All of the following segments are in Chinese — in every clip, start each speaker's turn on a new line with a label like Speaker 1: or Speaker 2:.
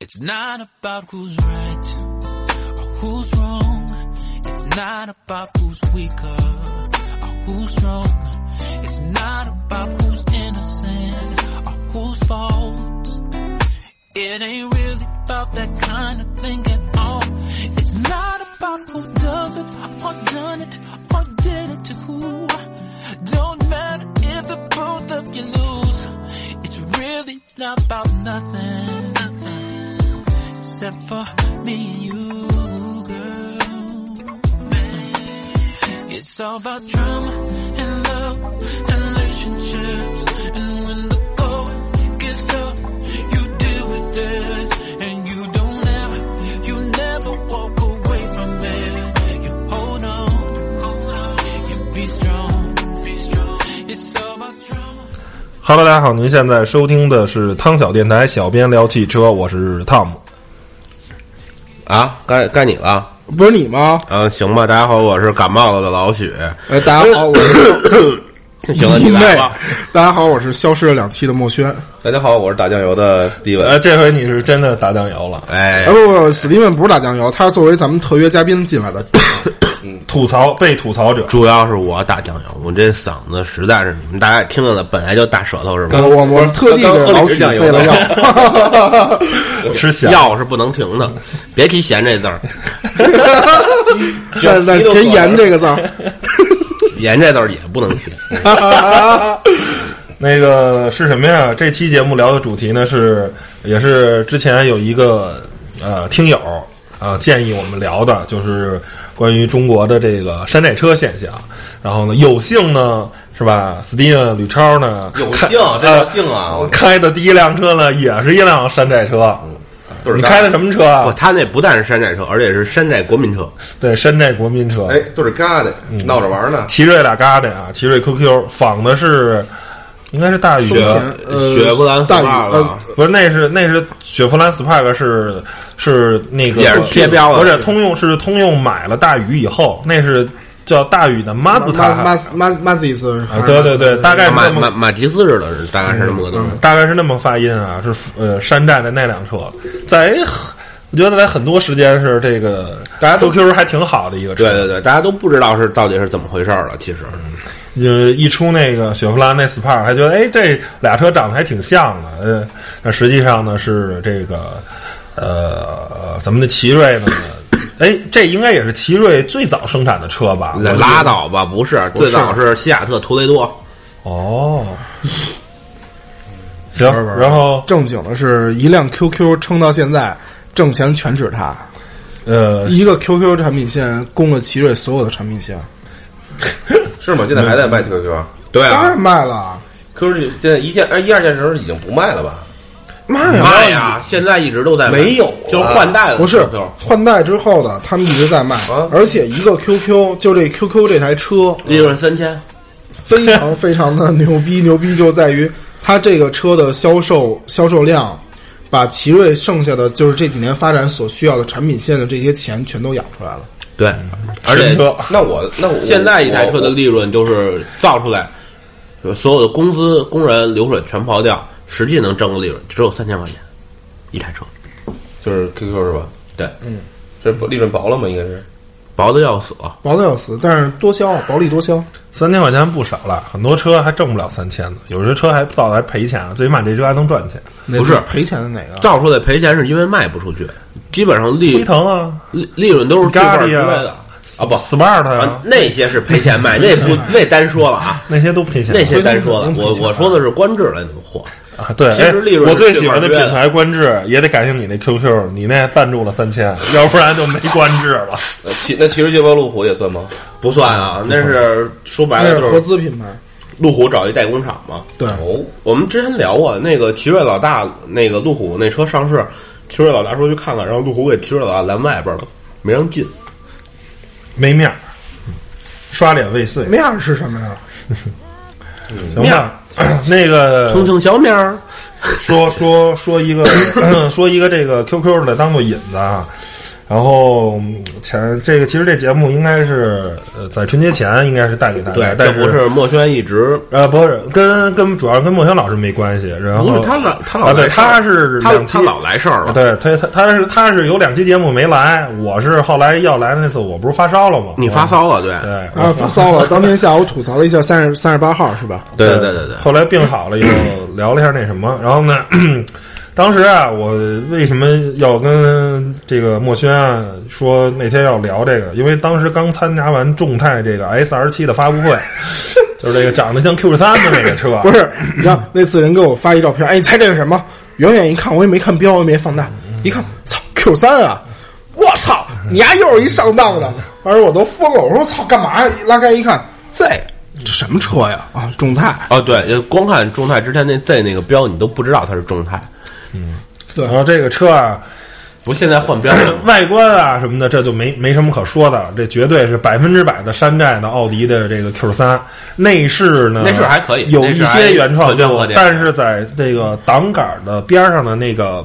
Speaker 1: It's not about who's right or who's wrong. It's not about who's weaker or who's strong. It's not about who's innocent or who's false. It ain't really about that kind of thing at all. It's not about who does it or done it or did it to who. Don't matter if the both of you lose. It's really not about nothing. Except for me and you, girl. It's all about drama and love and relationships. And when the going gets tough, you deal with it. And you don't ever, you never walk away from it. You hold on, you be strong. It's all about drama.
Speaker 2: Hello，大家好，您现在收听的是汤小电台，小编聊汽车，我是汤姆。
Speaker 3: 啊，该该你了。
Speaker 4: 不是你吗？
Speaker 3: 嗯、行吧，大家好，我是感冒了的老许。
Speaker 4: 呃，大家好，我是
Speaker 3: 行了，你来
Speaker 4: 妹
Speaker 3: 吧。。
Speaker 4: 大家好，我是消失了两期的墨轩。
Speaker 3: 大家好，我是打酱油的 Steven。
Speaker 2: 呃，这回你是真的打酱油了，
Speaker 3: 哎
Speaker 4: 哎，不不不，史蒂文不是打酱油，他是作为咱们特约嘉宾进来的。
Speaker 2: 吐槽被吐槽 者。
Speaker 3: 主要是我打酱油，我这嗓子实在是，你们大家也听到了，本来就大舌头是吗？
Speaker 4: 我我特地
Speaker 3: 刚
Speaker 4: 给
Speaker 3: 刚
Speaker 4: 老
Speaker 3: 喝了一瓶
Speaker 4: 许
Speaker 3: 酱
Speaker 4: 备
Speaker 3: 油
Speaker 4: 了药。
Speaker 2: 吃咸
Speaker 3: 药是不能停的，别提咸这字儿，
Speaker 4: 但是但是填盐这个字儿，
Speaker 3: 盐这字儿也不能 提。
Speaker 2: 那个是什么呀？这期节目聊的主题呢是，也是之前有一个呃听友呃建议我们聊的，就是关于中国的这个山寨车现象。然后呢，有幸呢是吧，Steven 吕超呢，
Speaker 3: 有
Speaker 2: 开
Speaker 3: 幸这叫幸啊
Speaker 2: 呃
Speaker 3: 我
Speaker 2: 开的第一辆车呢也是一辆山寨车。
Speaker 3: 不是
Speaker 2: 你开的什么车
Speaker 3: 不，
Speaker 2: 啊？
Speaker 3: 他那不但是山寨车，而且是山寨国民车。嗯
Speaker 2: 对，山寨国民
Speaker 4: 哎
Speaker 2: 车。，
Speaker 3: 都是嘎的，闹着玩呢。
Speaker 2: 奇瑞俩嘎的啊，奇瑞 QQ 仿的是，应该是大宇
Speaker 4: 丰田呃
Speaker 3: 雪佛兰
Speaker 4: 大宇
Speaker 3: Spark
Speaker 4: 呃
Speaker 2: 不是，那是那是雪佛兰 Spark 是是那个
Speaker 3: 也是贴标的
Speaker 2: 不是通用是通用买了大宇以后，那是叫大宇的马自达
Speaker 4: 马马马自斯
Speaker 2: 啊，对对对，大概是
Speaker 3: 马
Speaker 2: 那
Speaker 3: 马
Speaker 2: 么
Speaker 3: 马提斯似的，大概是这么个东
Speaker 5: 嗯
Speaker 3: 西。
Speaker 2: 大概是那么发音啊，是呃山寨的那辆车，在我觉得在很多时间是这个
Speaker 3: 大家都
Speaker 2: QQ 还挺好的一个车，
Speaker 3: 对对对，大家都不知道是到底是怎么回事儿了。其实，
Speaker 5: 嗯
Speaker 2: 就是一出那个雪佛兰那 Spark，还觉得哎这俩车长得还挺像的，呃，那实际上呢是这个呃咱们的奇瑞呢，哎这应该也是奇瑞最早生产的车吧？我觉得
Speaker 3: 拉倒吧，不是，
Speaker 2: 是
Speaker 3: 最早是西雅特图雷多，
Speaker 2: 哦，行
Speaker 4: 玩玩，
Speaker 2: 然后
Speaker 4: 正经的是一辆 QQ 撑到现在，挣钱全指它。
Speaker 2: 呃
Speaker 4: 一个 QQ 产品线供了奇瑞所有的产品线，
Speaker 5: 是吗？现在还在卖 QQ？
Speaker 3: 对
Speaker 4: 当
Speaker 3: 啊
Speaker 4: 然，卖了，
Speaker 5: q q 现在一线哎一二线城市已经不卖了吧？
Speaker 4: 卖了。
Speaker 3: 妈呀，现在一直都在卖
Speaker 5: 没有啊
Speaker 3: 就是换代了，
Speaker 4: 不是
Speaker 3: QQ
Speaker 4: 换代之后的，他们一直在卖，而且一个 QQ 就这 QQ 这台车
Speaker 3: 利润三千，
Speaker 4: 非常非常的牛逼，牛逼就在于它这个车的销售销售量，把奇瑞剩下的就是这几年发展所需要的产品线的这些钱全都养出来了。
Speaker 3: 对，而且
Speaker 2: 神车
Speaker 5: 那我那我
Speaker 3: 现在一台车的
Speaker 5: 我
Speaker 3: 利润就是造出来，就是所有的工资、工人流水全刨掉，实际能挣的利润只有三千块钱一台车，
Speaker 5: 就是 QQ 是吧？
Speaker 3: 对，
Speaker 2: 嗯
Speaker 5: 这利润薄了吗？应该是
Speaker 3: 薄的要死。啊
Speaker 4: 薄的要死，但是多销，薄利多销。
Speaker 2: 三千块钱不少了，很多车还挣不了三千呢，有些车还造的还赔钱了，最起码这车还能赚钱。
Speaker 4: 不
Speaker 3: 是
Speaker 4: 赔钱的哪个？
Speaker 3: 造出来赔钱是因为卖不出去，基本上利
Speaker 2: 辉腾啊，
Speaker 3: 利利润都是这块
Speaker 2: 咖
Speaker 3: 儿
Speaker 2: 喱
Speaker 3: 出来的
Speaker 2: 啊。
Speaker 3: 啊不
Speaker 2: ，Smart
Speaker 3: 啊
Speaker 2: 啊，，
Speaker 3: 那些是赔 钱卖，那不那单说了啊，
Speaker 2: 那些都赔钱了。
Speaker 3: 那些单说了，
Speaker 4: 亏
Speaker 3: 我
Speaker 4: 得很
Speaker 3: 我说的是官制来的货，
Speaker 2: 啊， 对，
Speaker 3: 其实
Speaker 2: 哎
Speaker 3: 利润
Speaker 2: 我最
Speaker 3: 是
Speaker 2: 喜欢的
Speaker 3: 最管
Speaker 2: 品牌观致也得感谢你那 QQ，你那赞助了三千，要不然就没观致了。
Speaker 5: 呃其那其实捷豹路虎也算吗？
Speaker 3: 不算啊，那是说白
Speaker 4: 那
Speaker 3: 了
Speaker 4: 是合
Speaker 3: 就是
Speaker 4: 资品牌。
Speaker 3: 路虎找一代工厂嘛。
Speaker 4: 对，
Speaker 5: 哦，
Speaker 3: 我们之前聊过那个奇瑞老大那个路虎那车上市，奇瑞老大说去看看，然后路虎给奇瑞老大拦外边了，没让进。
Speaker 2: 没面儿，嗯刷脸未遂，
Speaker 4: 面是什么呀？
Speaker 2: 行吧？ 那个
Speaker 3: 重庆小面儿，
Speaker 2: 说说说一个说一个这个 QQ 的当做引子啊，然后嗯前这个其实这节目应该是呃在春节前应该是带给大家，
Speaker 3: 对，
Speaker 2: 但
Speaker 3: 哎这不是墨轩一直
Speaker 2: 呃不是跟跟主要跟莫轩老师没关系，然后
Speaker 3: 不是他老他老
Speaker 2: 啊对
Speaker 3: 来事儿
Speaker 2: 他是
Speaker 3: 他
Speaker 2: 两期
Speaker 3: 他老来事儿了。
Speaker 2: 对他他他是他是有两期节目没来，我是后来要来那次我不是发烧了吗？
Speaker 3: 你发骚了，对
Speaker 2: 对
Speaker 4: 啊，发骚了！当天下午吐槽了一下三十三十八号是吧？
Speaker 3: 对对对对对，
Speaker 2: 后来病好了以后聊了一下那什么，然后呢，当时啊，我为什么要跟这个墨轩啊说那天要聊这个？因为当时刚参加完众泰这个 S R 七的发布会， 就是这个长得像 Q 三的那个车啊，
Speaker 4: 不是，你知道那次人给我发一照片，哎，你猜这是什么？远远一看，我也没看标，也没放大，一看，操，Q 三啊！我操，你丫又是一上当的！当时我都疯了，我说操，干嘛呀？一拉开一看，Z，这什么车呀？啊，众泰，
Speaker 3: 哦对，就光看众泰之前那 Z 那个标，你都不知道它是众泰。
Speaker 4: 对
Speaker 2: 然后这个车啊，。
Speaker 3: 不，现在换标了
Speaker 2: 外观啊什么的，这就没没什么可说的了，这绝对是百分之百的山寨的奥迪的这个 Q 三。内饰呢，
Speaker 3: 内饰还可以
Speaker 2: 有
Speaker 3: 内
Speaker 2: 一
Speaker 3: 饰还
Speaker 2: 些原创
Speaker 3: 可圈
Speaker 2: 度
Speaker 3: 可，点
Speaker 2: 但是在这个挡杆的边上的那个。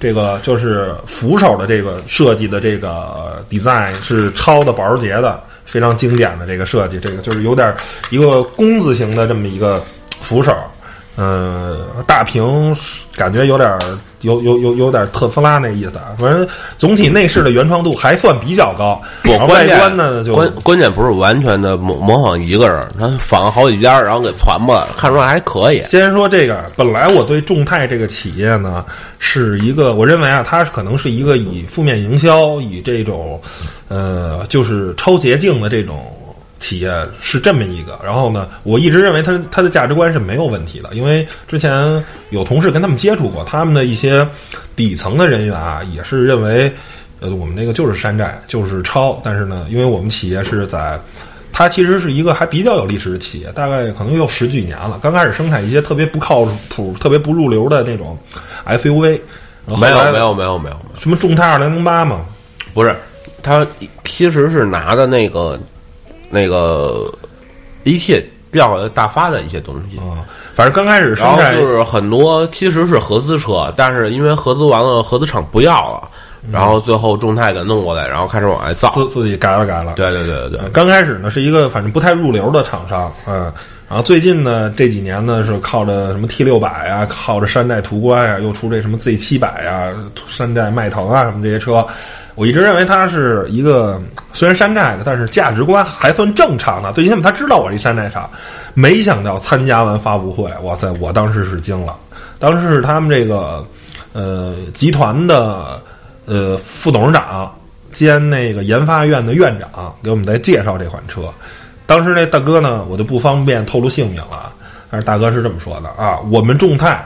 Speaker 2: 这个就是扶手的这个设计的这个 design 是抄的保时捷的，非常经典的这个设计，这个就是有点一个工字形的这么一个扶手，嗯，大屏感觉有点儿有有有有点儿特斯拉那意思啊，反正总体内饰的原创度还算比较高，然后
Speaker 3: 关
Speaker 2: 外
Speaker 3: 键
Speaker 2: 观呢就
Speaker 3: 关关键不是完全的模模仿一个人，他仿了好几家，然后给传吧，看出来还可以。
Speaker 2: 先说这个，本来我对众泰这个企业呢，是一个我认为啊，它可能是一个以负面营销、以这种呃，就是超捷径的这种企业是这么一个。然后呢，我一直认为它它的价值观是没有问题的，因为之前有同事跟他们接触过，他们的一些底层的人员啊，也是认为呃，我们那个就是山寨，就是抄。但是呢，因为我们企业是在，它其实是一个还比较有历史的企业，大概可能有十几年了。刚开始生产一些特别不靠谱、特别不入流的那种 SUV，然后后
Speaker 3: 没有
Speaker 2: 来
Speaker 3: 没有没有没有，没有
Speaker 2: 什么众泰二零零八嘛，
Speaker 3: 不是，他其实是拿的那个那个一切掉下来大发的一些东西。
Speaker 2: 啊、反正刚开始生
Speaker 3: 然后
Speaker 2: 产
Speaker 3: 就是很多其实是合资车，但是因为合资完了，合资厂不要了，然后最后众泰给弄过来，然后开始往外造。
Speaker 2: 自自己改了改了，
Speaker 3: 对对对对对
Speaker 2: 嗯，刚开始呢是一个反正不太入流的厂商，嗯，然后最近呢这几年呢是靠着什么 T 六百啊，靠着山寨途观啊，又出这什么 Z 七百啊，山寨迈腾啊什么这些车，我一直认为它是一个虽然山寨的，但是价值观还算正常的。最起码他知道我是一山寨厂，没想到参加完发布会，哇塞，我当时是惊了，当时是他们这个呃集团的呃副董事长兼那个研发院的院长给我们在介绍这款车。当时那大哥呢，我就不方便透露姓名了啊，但是大哥是这么说的啊，我们众泰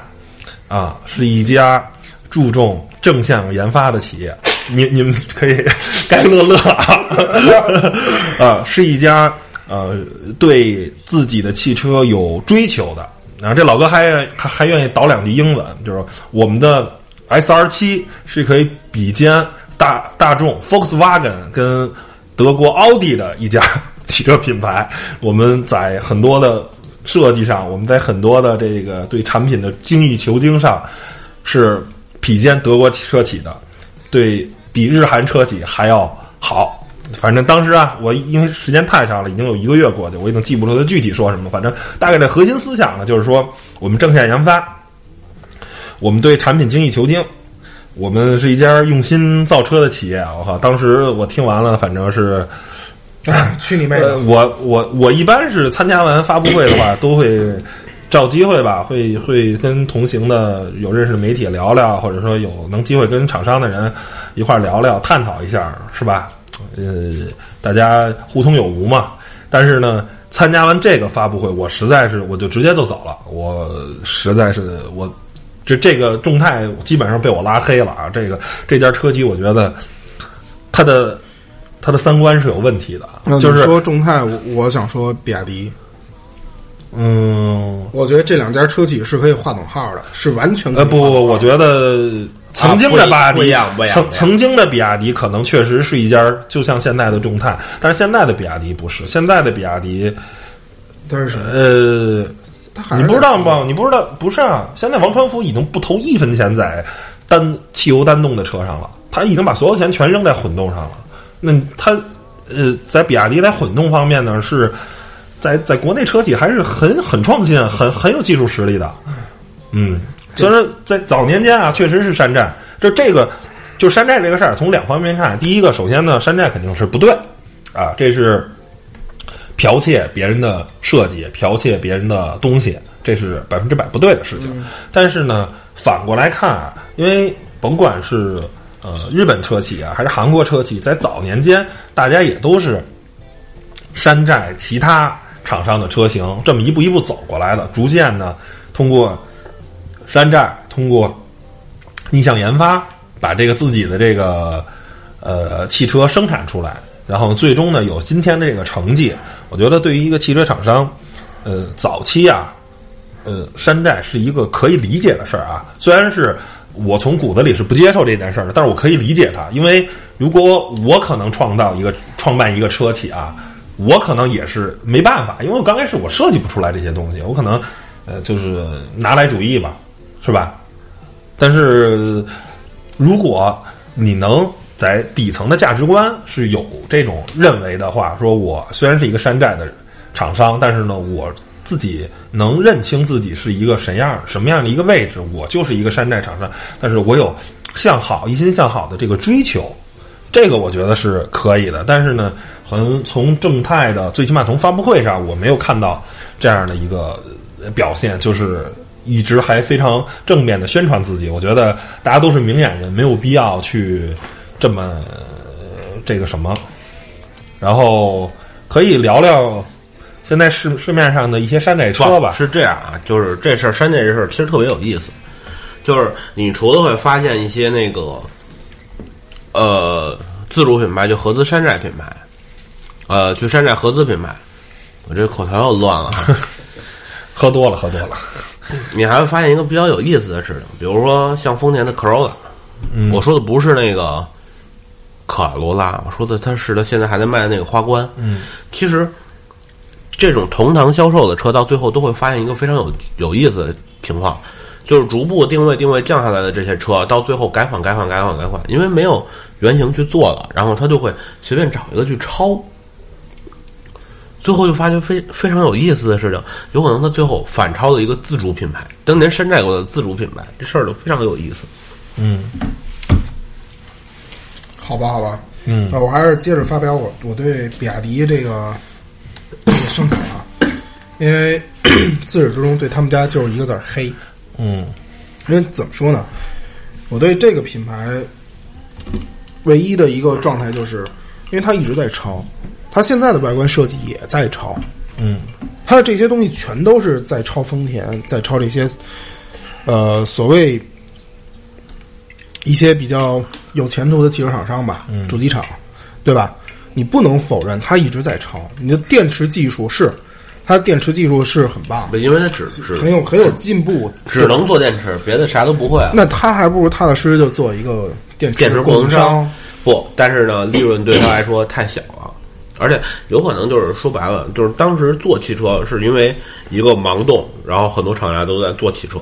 Speaker 2: 啊是一家注重正向研发的企业，你你们可以该乐乐啊， 啊是一家呃对自己的汽车有追求的。然后这老哥还还还愿意倒两句英文，就是我们的 S R 七是可以比肩大大众 Volkswagen 跟德国奥迪的一家 汽车品牌。我们在很多的设计上，我们在很多的这个对产品的精益求精上，是比肩德国车企的，对比日韩车企还要好。反正当时啊，我因为时间太长了，已经有一个月过去，我已经记不住他具体说什么了。反正大概的核心思想呢，就是说我们正向研发，我们对产品精益求精，我们是一家用心造车的企业啊！我靠，当时我听完了，反正是，
Speaker 4: 去你妹
Speaker 2: 呃，
Speaker 4: 的！
Speaker 2: 我我我一般是参加完发布会的话，都会找机会吧，会会跟同行的有认识的媒体聊聊，或者说有能机会跟厂商的人一块儿聊聊，探讨一下，是吧？呃，大家互通有无嘛。但是呢，参加完这个发布会，我实在是我就直接就走了，我实在是我这这个众泰基本上被我拉黑了啊！这个这家车企，我觉得它的它的三观是有问题
Speaker 4: 那
Speaker 2: 的，啊
Speaker 4: 呃哦你
Speaker 2: 就是
Speaker 4: 说众泰，我我想说比亚迪，
Speaker 2: 呃嗯
Speaker 4: 我觉得这两家车企是可以划等号的，是完全可以
Speaker 2: 呃不
Speaker 4: 划等号
Speaker 2: 不，
Speaker 4: 的
Speaker 2: 我觉得曾经的比亚
Speaker 3: 啊不一
Speaker 2: 迪
Speaker 3: 样不一样不一样
Speaker 2: 曾曾经的比亚迪可能确实是一家，就像现在的众泰，但是现在的比亚迪不是，现在的比亚迪
Speaker 4: 但是什么
Speaker 2: 呃
Speaker 4: 它还是
Speaker 2: 你不知道吗？你不知道不是啊？现在王传福已经不投一分钱在单汽油单动的车上了，他已经把所有钱全扔在混动上了。那他呃，在比亚迪在混动方面呢，是在在国内车企还是很很创新、很很有技术实力的。嗯，所以说在早年间啊，确实是山寨。就这个，就山寨这个事儿，从两方面看，第一个，首先呢，山寨肯定是不对啊，这是剽窃别人的设计，剽窃别人的东西，这是百分之百不对的事情。但是呢，反过来看啊，因为甭管是呃日本车企啊，还是韩国车企，在早年间，大家也都是山寨其他厂商的车型，这么一步一步走过来的，逐渐呢，通过山寨，通过逆向研发，把这个自己的这个呃汽车生产出来，然后最终呢有今天的这个成绩。我觉得对于一个汽车厂商，呃，早期啊，呃，山寨是一个可以理解的事儿啊。虽然是我从骨子里是不接受这件事儿的，但是我可以理解它，因为如果我可能创造一个创办一个车企啊，我可能也是没办法，因为我刚开始我设计不出来这些东西，我可能呃就是拿来主义吧，是吧？但是如果你能在底层的价值观是有这种认为的话，说我虽然是一个山寨的厂商，但是呢，我自己能认清自己是一个什样什么样的一个位置，我就是一个山寨厂商，但是我有向好一心向好的这个追求，这个我觉得是可以的。但是呢，好像从正泰的最起码从发布会上，我没有看到这样的一个呃表现，就是一直还非常正面的宣传自己。我觉得大家都是明眼人，没有必要去这么呃这个什么。然后可以聊聊现在市市面上的一些山寨车吧。
Speaker 3: 是这样啊，就是这事儿山寨这事儿其实特别有意思，就是你除了会发现一些那个呃自主品牌，就合资山寨品牌，呃，去山寨合资品牌，我这口条又乱了啊。
Speaker 2: 喝多了，喝多了。
Speaker 3: 你还会发现一个比较有意思的事情，比如说像丰田的 Corolla，、我说的不是那个卡罗拉，我说的它是它现在还在卖的那个花冠。嗯，其实这种同堂销售的车，到最后都会发现一个非常有有意思的情况，就是逐步定位定位降下来的这些车，到最后改款改款改款改款，因为没有原型去做了，然后他就会随便找一个去抄。最后就发觉非非常有意思的事情，有可能他最后反超了一个自主品牌，当年山寨过的自主品牌，这事儿就非常有意思。
Speaker 2: 嗯
Speaker 4: 好吧，好吧，
Speaker 2: 嗯
Speaker 4: 那我还是接着发表我我对比亚迪这个这个生产啊，因为 自始至终对他们家就是一个字儿黑。
Speaker 2: 嗯
Speaker 4: 因为怎么说呢，我对这个品牌唯一的一个状态就是，因为它一直在抄，它现在的外观设计也在抄，
Speaker 2: 嗯
Speaker 4: 它的这些东西全都是在抄丰田，在抄这些呃所谓一些比较有前途的汽车厂商吧，主机厂，对吧？你不能否认它一直在抄，你的电池技术是，它的电池技术是很棒，
Speaker 3: 因为它只只
Speaker 4: 很有很有进步，
Speaker 3: 只能做电池，别的啥都不会啊。
Speaker 4: 那他还不如踏踏实实就做一个电池
Speaker 3: 电池供
Speaker 4: 供应
Speaker 3: 应商不，但是呢，利润对他来说太小了，而且有可能就是说白了，就是当时做汽车是因为一个盲动，然后很多厂家都在做汽车。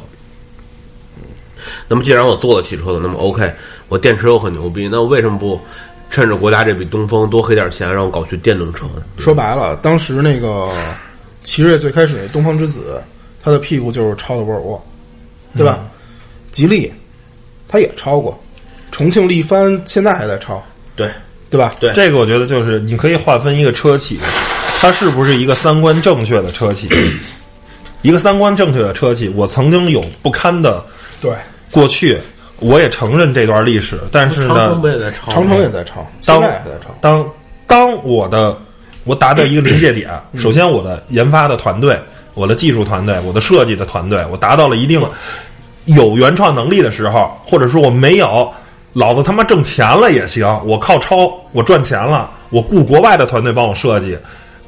Speaker 3: 那么既然我做了汽车了，那么 OK，我电池又很牛逼，那我为什么不趁着国家这笔东风多黑点钱，让我搞去电动车呢？
Speaker 4: 说白了，当时那个奇瑞最开始那东方之子，它的屁股就是抄的沃尔沃，对吧？
Speaker 2: 嗯
Speaker 4: 吉利，它也抄过，重庆力帆现在还在抄，
Speaker 3: 对，
Speaker 4: 对吧？
Speaker 3: 对
Speaker 2: 这个我觉得就是你可以划分一个车企，它是不是一个三观正确的车企？ 一个三观正确的车企，我曾经有不堪的
Speaker 4: 对，
Speaker 2: 过去，我也承认这段历史，但是
Speaker 3: 长城
Speaker 2: 呢
Speaker 3: 不，也在抄吗？
Speaker 4: 长城也在抄，现
Speaker 2: 当
Speaker 4: 在也在抄。
Speaker 2: 当当我的我达到一个临界点，
Speaker 4: 嗯
Speaker 2: 首先我的研发的团队、我的技术团队、我的设计的团队，我达到了一定有原创能力的时候，或者说我没有，老子他妈挣钱了也行，我靠抄，我赚钱了，我雇国外的团队帮我设计。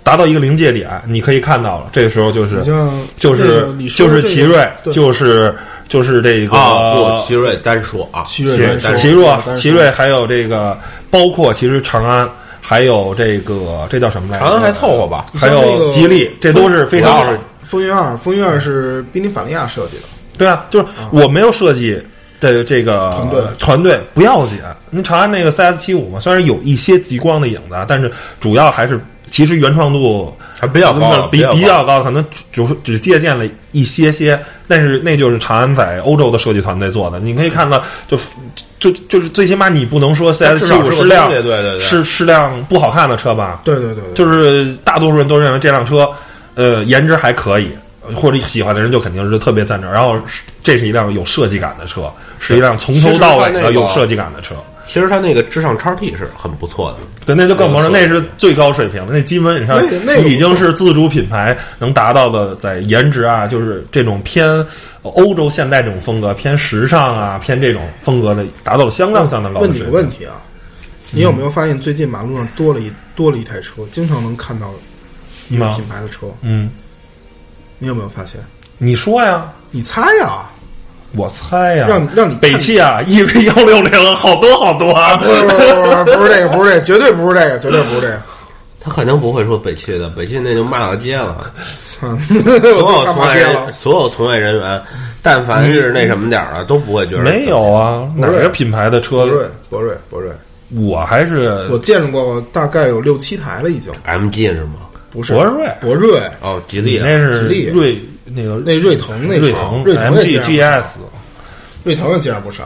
Speaker 2: 达到一个临界点，你可以看到了，这个时候就是
Speaker 4: 你像
Speaker 2: 就是
Speaker 4: 那个你
Speaker 2: 就
Speaker 4: 说的
Speaker 2: 是
Speaker 4: 这个
Speaker 2: 奇瑞，
Speaker 4: 对
Speaker 2: 就是就是这个
Speaker 3: 啊，不，奇瑞单说啊，
Speaker 4: 奇瑞
Speaker 2: 奇
Speaker 4: 单说
Speaker 2: 奇瑞
Speaker 4: 单说
Speaker 2: 奇瑞还有这个，包括其实长安，还有这个这叫什么来着？
Speaker 3: 长安还凑合吧。
Speaker 2: 还
Speaker 4: 像那
Speaker 2: 有
Speaker 4: 个
Speaker 2: 吉利，这都是非
Speaker 3: 主要
Speaker 2: 常
Speaker 3: 是
Speaker 4: 风云二，风云二是宾尼法利亚设计的，
Speaker 3: 啊
Speaker 2: 对啊，就是我没有设计的这个
Speaker 4: 团队
Speaker 2: 团队不要紧。您长安那个 CS 七五嘛，虽然有一些极光的影子啊，但是主要还是其实原创度
Speaker 3: 还比较高了
Speaker 2: 比
Speaker 3: 比
Speaker 2: 比
Speaker 3: 较
Speaker 2: 较高，可能只只借鉴了一些些，但是那就是长安在欧洲的设计团队做的。你可以看到，就就就是最起码你不能说 CS
Speaker 3: 至
Speaker 2: 七
Speaker 3: 少
Speaker 2: 五是
Speaker 3: 是个
Speaker 2: 辆
Speaker 3: 东西对对对
Speaker 2: 是是辆不好看的车吧？
Speaker 4: 对对对对，
Speaker 2: 就是大多数人都认为这辆车，呃，颜值还可以，或者喜欢的人就肯定是特别赞成。然后是这是一辆有设计感的车，是一辆从头到尾的有设计感的车。
Speaker 3: 其实它那个智尚叉 T 是很不错的，
Speaker 2: 对，那就更甭说，
Speaker 3: 那
Speaker 2: 那
Speaker 3: 个
Speaker 2: 是最高水平了，那基本上
Speaker 4: 那那个
Speaker 2: 已经是自主品牌能达到的，在颜值啊，就是这种偏欧洲现代这种风格、偏时尚啊、偏这种风格的，达到了相当相当高的
Speaker 4: 问你
Speaker 2: 水
Speaker 4: 个
Speaker 2: 平。
Speaker 4: 问题啊，你有没有发现最近马路上多了一多了一台车，经常能看到一个
Speaker 2: 嗯
Speaker 4: 品牌的车？
Speaker 2: 嗯，
Speaker 4: 你有没有发现？
Speaker 2: 你说呀，
Speaker 4: 你猜呀？
Speaker 2: 我猜呀，
Speaker 4: 让让你看
Speaker 2: 北汽啊，EV 幺六零 好多好多啊，
Speaker 4: 不是不是不是不是这个，不是这个，绝对不是这个，绝对不是这 个。
Speaker 3: 他肯定不会说北汽的，北汽那就骂到街 了。
Speaker 4: 操我
Speaker 3: 所
Speaker 4: 就
Speaker 3: 有
Speaker 4: 上
Speaker 3: 从
Speaker 4: 马
Speaker 3: 业
Speaker 4: 街
Speaker 3: 人
Speaker 4: 了。
Speaker 3: 所有从业人员，但凡是那什么点儿的，都不会觉得
Speaker 2: 没有啊，哪
Speaker 4: 是
Speaker 2: 个品牌的
Speaker 4: 博瑞
Speaker 2: 车？，
Speaker 4: 博瑞，博瑞，
Speaker 2: 我还是
Speaker 4: 我见过大概有六七台了，已经
Speaker 3: MG 是吗？
Speaker 4: 不是
Speaker 2: 博，瑞，
Speaker 4: 博瑞
Speaker 3: 哦，吉
Speaker 2: 你
Speaker 3: 利啊
Speaker 2: 那是
Speaker 4: 吉利
Speaker 2: 瑞那个
Speaker 4: 那瑞腾那
Speaker 2: 瑞
Speaker 4: 车
Speaker 2: 腾
Speaker 4: 瑞腾也
Speaker 2: MG
Speaker 4: 见过
Speaker 2: GS，
Speaker 4: 瑞腾也见着不少，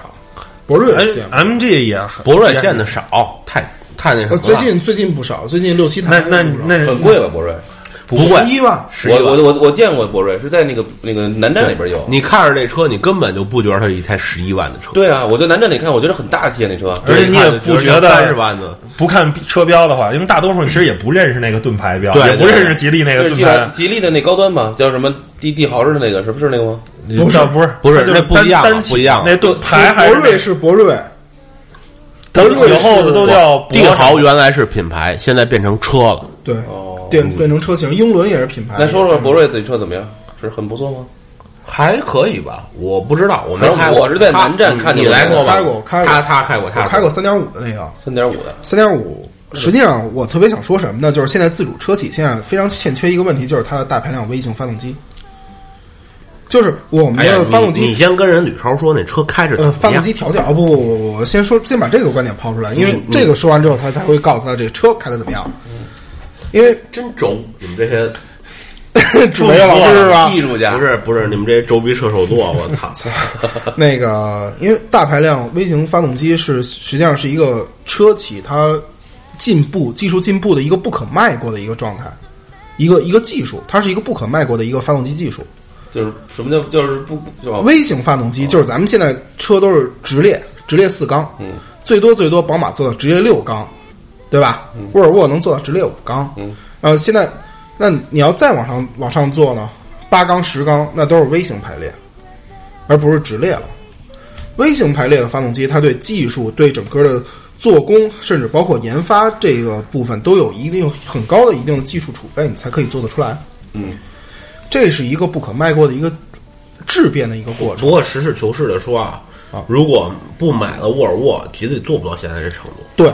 Speaker 4: 博瑞也见过。
Speaker 2: MG 哎也
Speaker 3: 博瑞见的少，太太那什么
Speaker 4: 呃，
Speaker 3: 了。
Speaker 4: 最近最近不少，最近六七
Speaker 2: 那
Speaker 4: 台。
Speaker 2: 哎那那
Speaker 5: 很贵吧？博瑞，
Speaker 3: 不贵，
Speaker 4: 十一万，
Speaker 3: 十一
Speaker 5: 我
Speaker 3: 万
Speaker 5: 我我我见过博瑞，是在那个那个南站里边有。
Speaker 3: 你看着这车，你根本就不觉得它是一台十一万的车，
Speaker 5: 对啊，我在南站里看，我觉得很大气啊，那车。
Speaker 2: 而且你也不觉得
Speaker 3: 三十万的，
Speaker 2: 不看车标的话，因为大多数人其实也不认识那个盾牌标，
Speaker 3: 对
Speaker 2: 也不
Speaker 3: 对
Speaker 2: 认识吉利那
Speaker 5: 就
Speaker 2: 个
Speaker 5: 是
Speaker 2: 盾
Speaker 5: 吉
Speaker 2: 牌
Speaker 5: 兰，吉利的那高端嘛，叫什么帝帝豪似的那个，是不是那个吗？
Speaker 2: 不是不是
Speaker 3: 不是
Speaker 2: 它就
Speaker 3: 那不一
Speaker 2: 单
Speaker 3: 样
Speaker 2: 单
Speaker 3: 了
Speaker 2: 起
Speaker 3: 不一样了啊
Speaker 2: 那盾牌还
Speaker 4: 博
Speaker 2: 是
Speaker 4: 瑞是博瑞，
Speaker 2: 咱
Speaker 4: 博
Speaker 2: 们
Speaker 4: 瑞
Speaker 2: 以后
Speaker 4: 是
Speaker 2: 的都叫博
Speaker 3: 帝豪
Speaker 2: 什么
Speaker 3: 原来是品牌，现在变成车了。
Speaker 4: 对，
Speaker 5: 哦
Speaker 4: 变变成车型，英伦也是品
Speaker 3: 哎
Speaker 4: 牌。
Speaker 5: 那说
Speaker 3: 嗯
Speaker 5: 说博瑞这车怎么样？是很不错吗？
Speaker 3: 还可以吧，我不知道，我没
Speaker 5: 反正
Speaker 3: 开过。
Speaker 5: 我是在
Speaker 3: 他
Speaker 5: 南站看见
Speaker 3: 你
Speaker 5: 的
Speaker 3: 来过吗？
Speaker 4: 开过开过
Speaker 3: 他他开过，
Speaker 4: 我
Speaker 3: 他
Speaker 4: 开过三点五的那个，
Speaker 5: 三点五的，
Speaker 4: 三点五。实际上，我特别想说什么呢？就是现在自主车企现在非常欠缺一个问题，就是它的大排量微型发动机。就是我们
Speaker 3: 哎呀
Speaker 4: 的，发动
Speaker 3: 你你
Speaker 4: 机，
Speaker 3: 先跟人吕超说那车开着怎
Speaker 4: 呃，发
Speaker 3: 么
Speaker 4: 动
Speaker 3: 样？
Speaker 4: 机调教，哦不不不，我先说，先把这个观点抛出来，因为
Speaker 3: 你
Speaker 4: 这个说完之后，他才会告诉他这车开的怎么样。因为
Speaker 3: 真轴，你们这些
Speaker 4: 主任老师是吧？
Speaker 5: 艺术家
Speaker 3: 不是不是，你们这些轴逼射手座， 我操！
Speaker 4: 那个，因为大排量微型发动机是实际上是一个车企它进步技术进步的一个不可迈过的一个状态，一个一个技术，它是一个不可迈过的一个发动机技术。
Speaker 5: 就是什么叫就是不就
Speaker 4: 微型发动机就是咱们现在车都是直列，直列四缸，
Speaker 5: 嗯
Speaker 4: 最多最多宝马做到直列六缸，对吧？沃尔沃能做到直列五缸，
Speaker 5: 嗯
Speaker 4: 呃，现在那你要再往上往上做呢，八缸、十缸那都是微型排列，而不是直列了。微型排列的发动机，它对技术、对整个的做工，甚至包括研发这个部分，都有一定很高的一定的技术储备，你才可以做得出来。
Speaker 5: 嗯，
Speaker 4: 这是一个不可迈过的一个质变的一个过程。
Speaker 3: 不过实事求是的说啊，如果不买了沃尔沃，吉利做不到现在这程度。
Speaker 4: 对，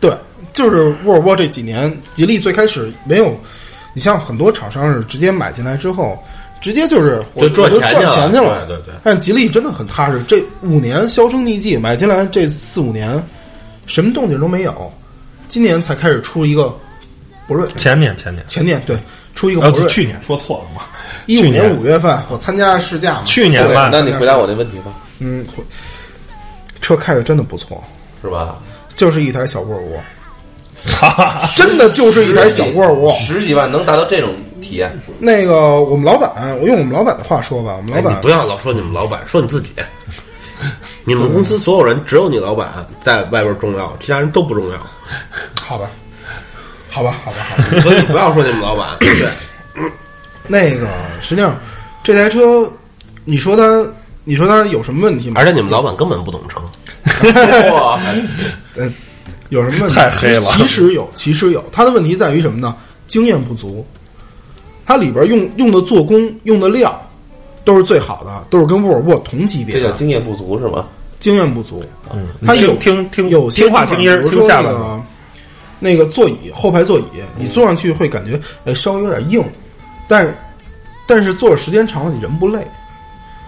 Speaker 4: 对，就是沃尔沃这几年，吉利最开始没有，你像很多厂商是直接买进来之后，直接就是我
Speaker 3: 就赚
Speaker 4: 我
Speaker 3: 钱
Speaker 4: 赚
Speaker 3: 去了
Speaker 4: 钱去了。
Speaker 3: 对对对
Speaker 4: 但吉利真的很踏实，这五年销声匿迹，买进来这四五年，什么动静都没有，今年才开始出一个博瑞，
Speaker 2: 前年前年，
Speaker 4: 前年对。出 一个
Speaker 2: 呃，
Speaker 4: 博瑞，
Speaker 2: 去年说错了嘛？
Speaker 4: 一五
Speaker 2: 去年
Speaker 4: 年五月份，我参加试驾嘛，
Speaker 2: 去年
Speaker 4: 四月
Speaker 2: 吧
Speaker 5: 那你回答我那问题吧，
Speaker 4: 嗯，回车开的真的不错，
Speaker 5: 是吧？
Speaker 3: 嗯
Speaker 4: 就是一台小沃尔沃，真的就是一台小沃尔沃。
Speaker 5: 十几万能达到这种体验，
Speaker 4: 那个我们老板，我用我们老板的话说吧，我们
Speaker 3: 哎，
Speaker 4: 老
Speaker 3: 你
Speaker 4: 板
Speaker 3: 不要老说你们老板，说你自 己。你们公司所有人，只有你老板在外边重要，其他人都不重要，
Speaker 4: 好吧，好吧，好吧，好吧。
Speaker 3: 所以你不要说你们老板。对，
Speaker 4: 那个实际上这台车，你说它，你说它有什么问题吗？
Speaker 3: 而且你们老板根本不懂 车，
Speaker 4: 呃，有什么问题？
Speaker 2: 太黑了
Speaker 4: 其实有，其实有，它的问题在于什么呢？经验不足，它里边用用的做工、用的料都是最好的，都是跟沃尔沃同级别
Speaker 5: 这
Speaker 4: 的，
Speaker 5: 叫经验不足是吗？
Speaker 4: 经验不足。
Speaker 2: 嗯，
Speaker 4: 他
Speaker 2: 你
Speaker 4: 有
Speaker 2: 听听
Speaker 4: 有些
Speaker 2: 听话
Speaker 4: 地方
Speaker 2: 听音儿
Speaker 4: 比如
Speaker 2: 听
Speaker 4: 说
Speaker 2: 下
Speaker 4: 那
Speaker 2: 边
Speaker 4: 个嗯
Speaker 2: 儿，
Speaker 4: 那个座椅后排座椅，你坐上去会感觉哎稍微有点硬，但是但是坐时间长了你人不累。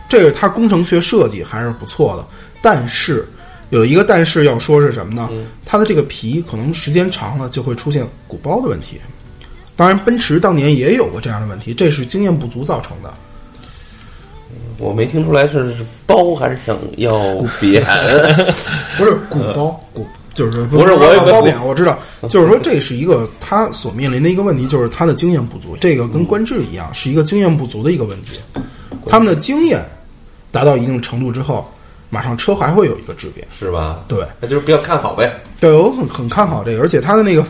Speaker 4: 这个它工程学设计还是不错的，但是有一个但是要说是什么呢？它的这个皮可能时间长了就会出现鼓包的问题。当然，奔驰当年也有过这样的问题，这是经验不足造成的。
Speaker 5: 我没听出来是是包还是想要扁，
Speaker 4: 不是鼓包，鼓呃就是
Speaker 5: 不是我有个
Speaker 4: 褒贬，我知嗯道，就是说这是一个他所面临的一个问题，就是他的经验不足。这个跟官制一样，是一个经验不足的一个问题。他们的经验达到一定程度之后，马上车还会有一个质变。
Speaker 5: 是吧？
Speaker 4: 对，
Speaker 5: 那就是比较看好呗。
Speaker 4: 对我很很看好这个，而且他的那个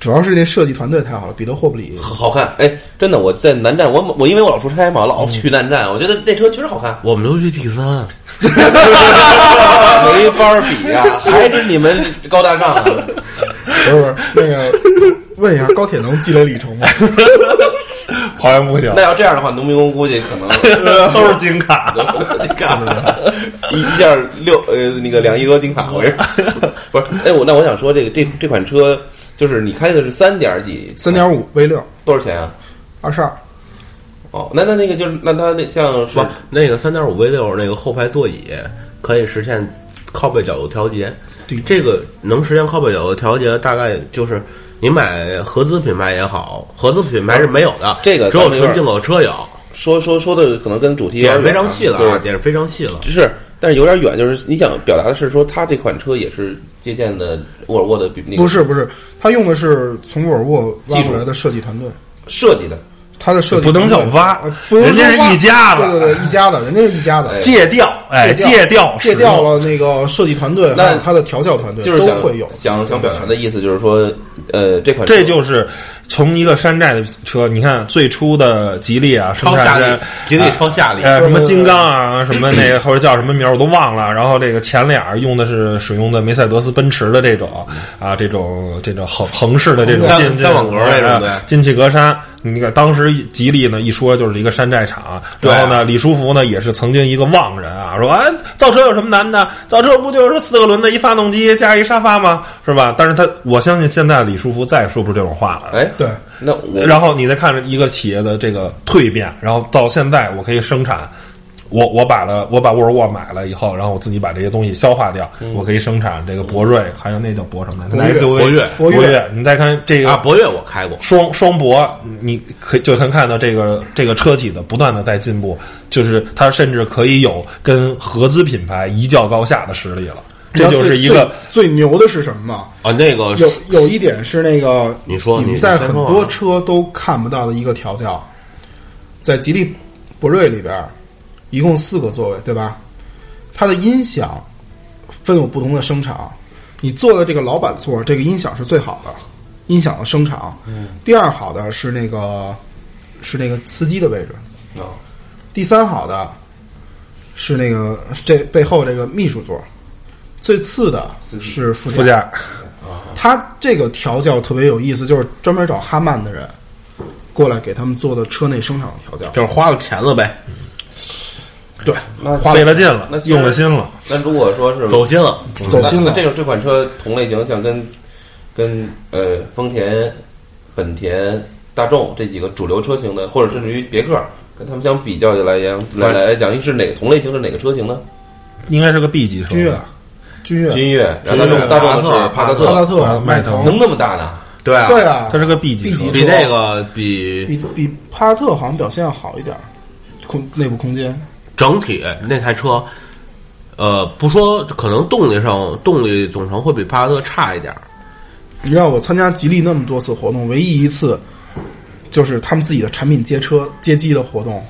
Speaker 4: 主要是那设计团队太好了，彼得霍 布里。
Speaker 5: 好看，哎，真的，我在南站，我我因为我老出差嘛，老去南站，我觉得这车确实好看，
Speaker 3: 我们都去第三，
Speaker 5: 没法比呀、还是你们高大上、啊。
Speaker 4: 不是不是那 个，问一下高铁能积累里程吗？
Speaker 2: 好像不行
Speaker 5: 那，要这样的话，农民工估计可能
Speaker 2: 都是金卡。
Speaker 5: 你干嘛一一件六呃那个两亿多金卡，我跟你说不是，哎，我那我想说这个这这款车就是你开的是三点几，
Speaker 4: 三点五 V 六，
Speaker 5: 多少钱啊？
Speaker 4: 二十二。
Speaker 5: 哦，那那那个就是那它那像是
Speaker 3: 不，那个三点五 V 六那个后排座椅可以实现靠背角度调节
Speaker 4: 对，
Speaker 3: 这个能实现靠背角度调节，大概就是你买合资品牌也好，合资品牌是没有的，
Speaker 5: 这个
Speaker 3: 只有
Speaker 5: 咱们有
Speaker 3: 纯
Speaker 5: 点
Speaker 3: 进口车有，
Speaker 5: 说说说的可能跟主题有
Speaker 3: 也
Speaker 5: 点
Speaker 3: 是非
Speaker 5: 远
Speaker 3: 常
Speaker 5: 啊
Speaker 3: 细了
Speaker 5: 对
Speaker 3: 啊，也是非常细了。
Speaker 5: 是，但是有点远，就是你想表达的是说，它这款车也是借鉴的沃尔沃的比那个
Speaker 4: 不是不是，他用的是从沃尔沃挖出来的设计团队，
Speaker 5: 设计的，
Speaker 4: 他的设计
Speaker 2: 不能叫
Speaker 4: 团队
Speaker 2: 挖
Speaker 4: 呃不能
Speaker 2: 人家
Speaker 4: 说挖
Speaker 2: 是一家的哎
Speaker 4: 对对对，一家的，人家是一家的
Speaker 5: 哎，
Speaker 2: 戒掉，哎，戒掉，
Speaker 4: 戒掉了那个设计团队，
Speaker 5: 那
Speaker 4: 还有他的调教团队
Speaker 5: 就是
Speaker 4: 都
Speaker 5: 想
Speaker 4: 会有
Speaker 5: 想想表达的意思就是说，呃，这款车
Speaker 2: 这就是从一个山寨的车，你看最初的吉利啊，生
Speaker 3: 超下
Speaker 2: 产
Speaker 3: 力
Speaker 2: 的，
Speaker 3: 吉利超下力，
Speaker 2: 呃什么
Speaker 4: 对对对
Speaker 2: 金刚啊，什么那 个或者叫什么名儿我都忘了。然后这个前脸儿用的是使用的梅赛德斯奔驰的这种
Speaker 3: 嗯
Speaker 2: 啊，这种这种横横式的这种
Speaker 3: 三
Speaker 2: 进
Speaker 3: 三网格那种对
Speaker 2: 呃进气格栅。你看当时吉利呢一说就是一个山寨厂，然后呢李书福呢也是曾经一个妄人啊，说哎造车有什么难的？造车不就是四个轮子一发动机加一沙发吗？是吧？但是他我相信现在李书福再也说不出这种话来了。
Speaker 5: 哎，
Speaker 4: 对，
Speaker 5: 那我
Speaker 2: 然后你再看一个企业的这个蜕变，然后到现在我可以生产，我我把了我把沃尔沃买了以后，然后我自己把这些东西消化掉，我可以生产这个博瑞，还有那叫博什么来着？
Speaker 4: 博越
Speaker 2: SUV
Speaker 3: 嗯
Speaker 2: 博
Speaker 3: 博越
Speaker 4: 博越
Speaker 2: 越，你再看这
Speaker 3: 啊，
Speaker 2: 个。
Speaker 3: 博越我开过，
Speaker 2: 双双博，你可以就能看到这个这个车企的不断的在进步，就是它甚至可以有跟合资品牌一较高下的实力了。这就是一个
Speaker 4: 最最最牛的是什么吗？
Speaker 3: 啊，那个
Speaker 4: 有有一点是那个，
Speaker 3: 你说
Speaker 4: 你
Speaker 3: 你
Speaker 4: 们在
Speaker 3: 先
Speaker 4: 很
Speaker 3: 说
Speaker 4: 多
Speaker 3: 啊
Speaker 4: 车都看不到的一个调教，在吉利博瑞里边儿，一共四个座位，对吧？它的音响分有不同的声场，你坐的这个老板座，这个音响是最好的，音响的声场。
Speaker 3: 嗯
Speaker 4: 第二好的是那个是那个司机的位置，
Speaker 3: 哦
Speaker 4: 第三好的是那个这背后这个秘书座，最次的是副
Speaker 2: 副驾，
Speaker 4: 他这个调教特别有意思，就是专门找哈曼的人过来给他们做的车内生产的调教。
Speaker 3: 就是花了钱了呗，
Speaker 4: 对，
Speaker 5: 那
Speaker 2: 费了劲了
Speaker 5: 那，其实
Speaker 2: 用了心了。
Speaker 5: 那如果说是
Speaker 3: 走心了。
Speaker 4: 走心
Speaker 5: 那
Speaker 4: 了
Speaker 5: 嗯这。种这款车同类型，像跟跟呃丰田、本田、大众这几个主流车型的，或者甚至于别克，跟他们相比较起来讲来来来讲，是哪个同类型是哪个车型呢？
Speaker 2: 应该是个 B 级车，
Speaker 4: 君越，君越，
Speaker 5: 君越，然后大
Speaker 3: 君
Speaker 5: 众
Speaker 3: 越
Speaker 5: 大众
Speaker 3: 帕萨
Speaker 5: 是
Speaker 3: 特
Speaker 5: 帕萨
Speaker 4: 帕萨
Speaker 5: 特，
Speaker 4: 特、啊
Speaker 2: 迈腾
Speaker 5: 能那么大呢？
Speaker 3: 对啊，
Speaker 4: 对啊，
Speaker 2: 它是个 B 级
Speaker 4: B
Speaker 2: 车
Speaker 4: 级。
Speaker 3: 比那个比
Speaker 4: 比比帕萨特好像表现要好一点，空内部空间。
Speaker 3: 整体那台车，呃，不说可能动力上动力总成会比帕萨特差一 点儿，
Speaker 4: 你知道我参加吉利那么多次活动，唯一一次就是他们自己的产品接车接机的活动，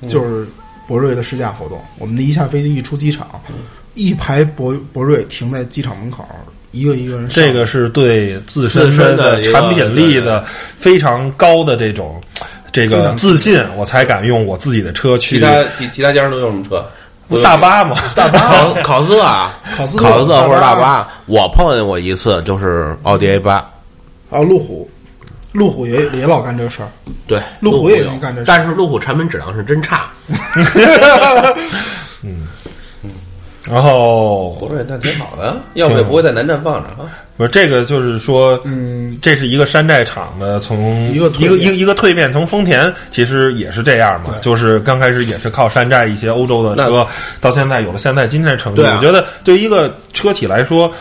Speaker 2: 嗯
Speaker 4: 就是博瑞的试驾活动。我们一下飞机一出机场，
Speaker 2: 嗯
Speaker 4: 一排博博瑞停在机场门口，一个一个人上
Speaker 2: 这个是对自身
Speaker 3: 自身的
Speaker 2: 的
Speaker 3: 一个
Speaker 2: 产品力的非常高的这种这个自信，我才敢用我自己的车
Speaker 5: 其
Speaker 2: 去
Speaker 5: 他其其他家都有什么车？
Speaker 2: 大巴嘛，大
Speaker 3: 考考斯啊，
Speaker 4: 考斯特
Speaker 3: 考斯特或者
Speaker 4: 大
Speaker 3: 大巴，啊我碰见过一次，就是奥迪 A 八，
Speaker 4: 啊，路虎，路虎也也老干这事儿。
Speaker 3: 对，
Speaker 4: 路虎
Speaker 3: 虎
Speaker 4: 也
Speaker 3: 有
Speaker 4: 能干这事
Speaker 3: 但是路虎产品质量是真差。
Speaker 2: 然后
Speaker 5: 国产那挺好的，要不也不会在南站放着啊。
Speaker 2: 不是这个，就是说，
Speaker 4: 嗯，
Speaker 2: 这是一个山寨厂的从
Speaker 4: 一个蜕
Speaker 2: 一个
Speaker 4: 变
Speaker 2: 一个一个蜕变，从丰田其实也是这样嘛，
Speaker 4: 对
Speaker 2: 就是刚开始也是靠山寨一些欧洲的车，到现在有了现在今天的成绩。
Speaker 3: 对啊
Speaker 2: 我觉得对于一个车企来说，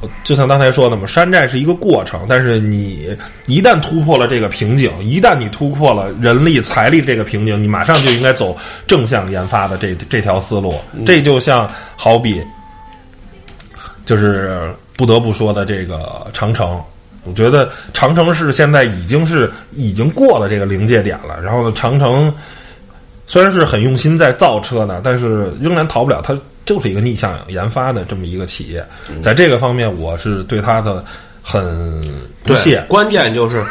Speaker 2: 呃就像刚才说的嘛，山寨是一个过程，但是你一旦突破了这个瓶颈，一旦你突破了人力财力这个瓶颈，你马上就应该走正向研发的这这条思路。
Speaker 4: 嗯
Speaker 2: 这就像好比就是不得不说的这个长城。我觉得长城是现在已经是已经过了这个临界点了。然后呢，长城虽然是很用心在造车呢，但是仍然逃不了它就是一个逆向研发的这么一个企业。在这个方面，我是对它的很不
Speaker 3: 对，
Speaker 2: 屑。
Speaker 3: 关键 就是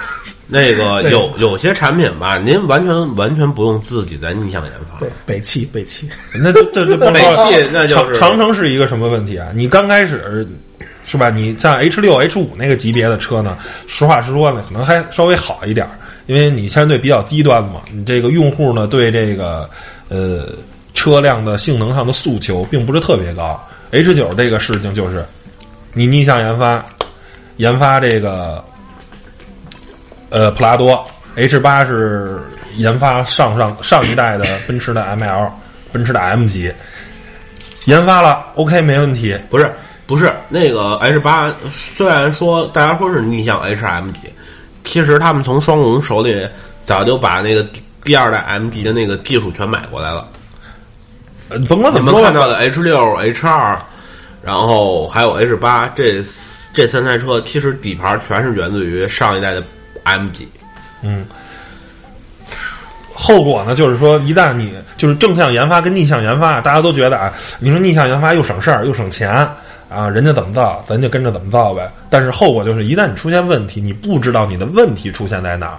Speaker 3: 那个有有些产品吧，您完全完全不用自己再逆向研发
Speaker 4: 对。，北汽，北汽，
Speaker 2: 那这这这不
Speaker 3: 北汽那就是
Speaker 2: 长长城是一个什么问题啊？你刚开始是吧？你像 H 六、H 五那个级别的车呢，实话实说呢，可能还稍微好一点儿，因为你相对比较低端嘛，你这个用户呢对这个呃车辆的性能上的诉求并不是特别高。H 九这个事情就是你逆向研发，研发这个呃普拉多 H 八是研发上上上一代的奔驰的 ML，奔驰的 M 级，研发了 OK 没问题，
Speaker 3: 不是不是，那个 H 八虽然说大家说是逆向 HMG，其实他们从双龙手里早就把那个第第二代 MG 的那个技术全买过来了。
Speaker 2: 呃甭
Speaker 4: 啊
Speaker 2: 管
Speaker 3: 你
Speaker 2: 怎么
Speaker 3: 们
Speaker 2: 说
Speaker 3: 看
Speaker 2: 吧，
Speaker 3: 到的 H 六、H 二，然后还有 H 八，这这三台车其实底盘全是源自于上一代的 MG。
Speaker 2: 后果呢就是说，一旦你就是正向研发跟逆向研发，大家都觉得啊，你说逆向研发又省事儿又省钱啊，人家怎么造咱就跟着怎么造呗。但是后果就是，一旦你出现问题，你不知道你的问题出现在哪儿。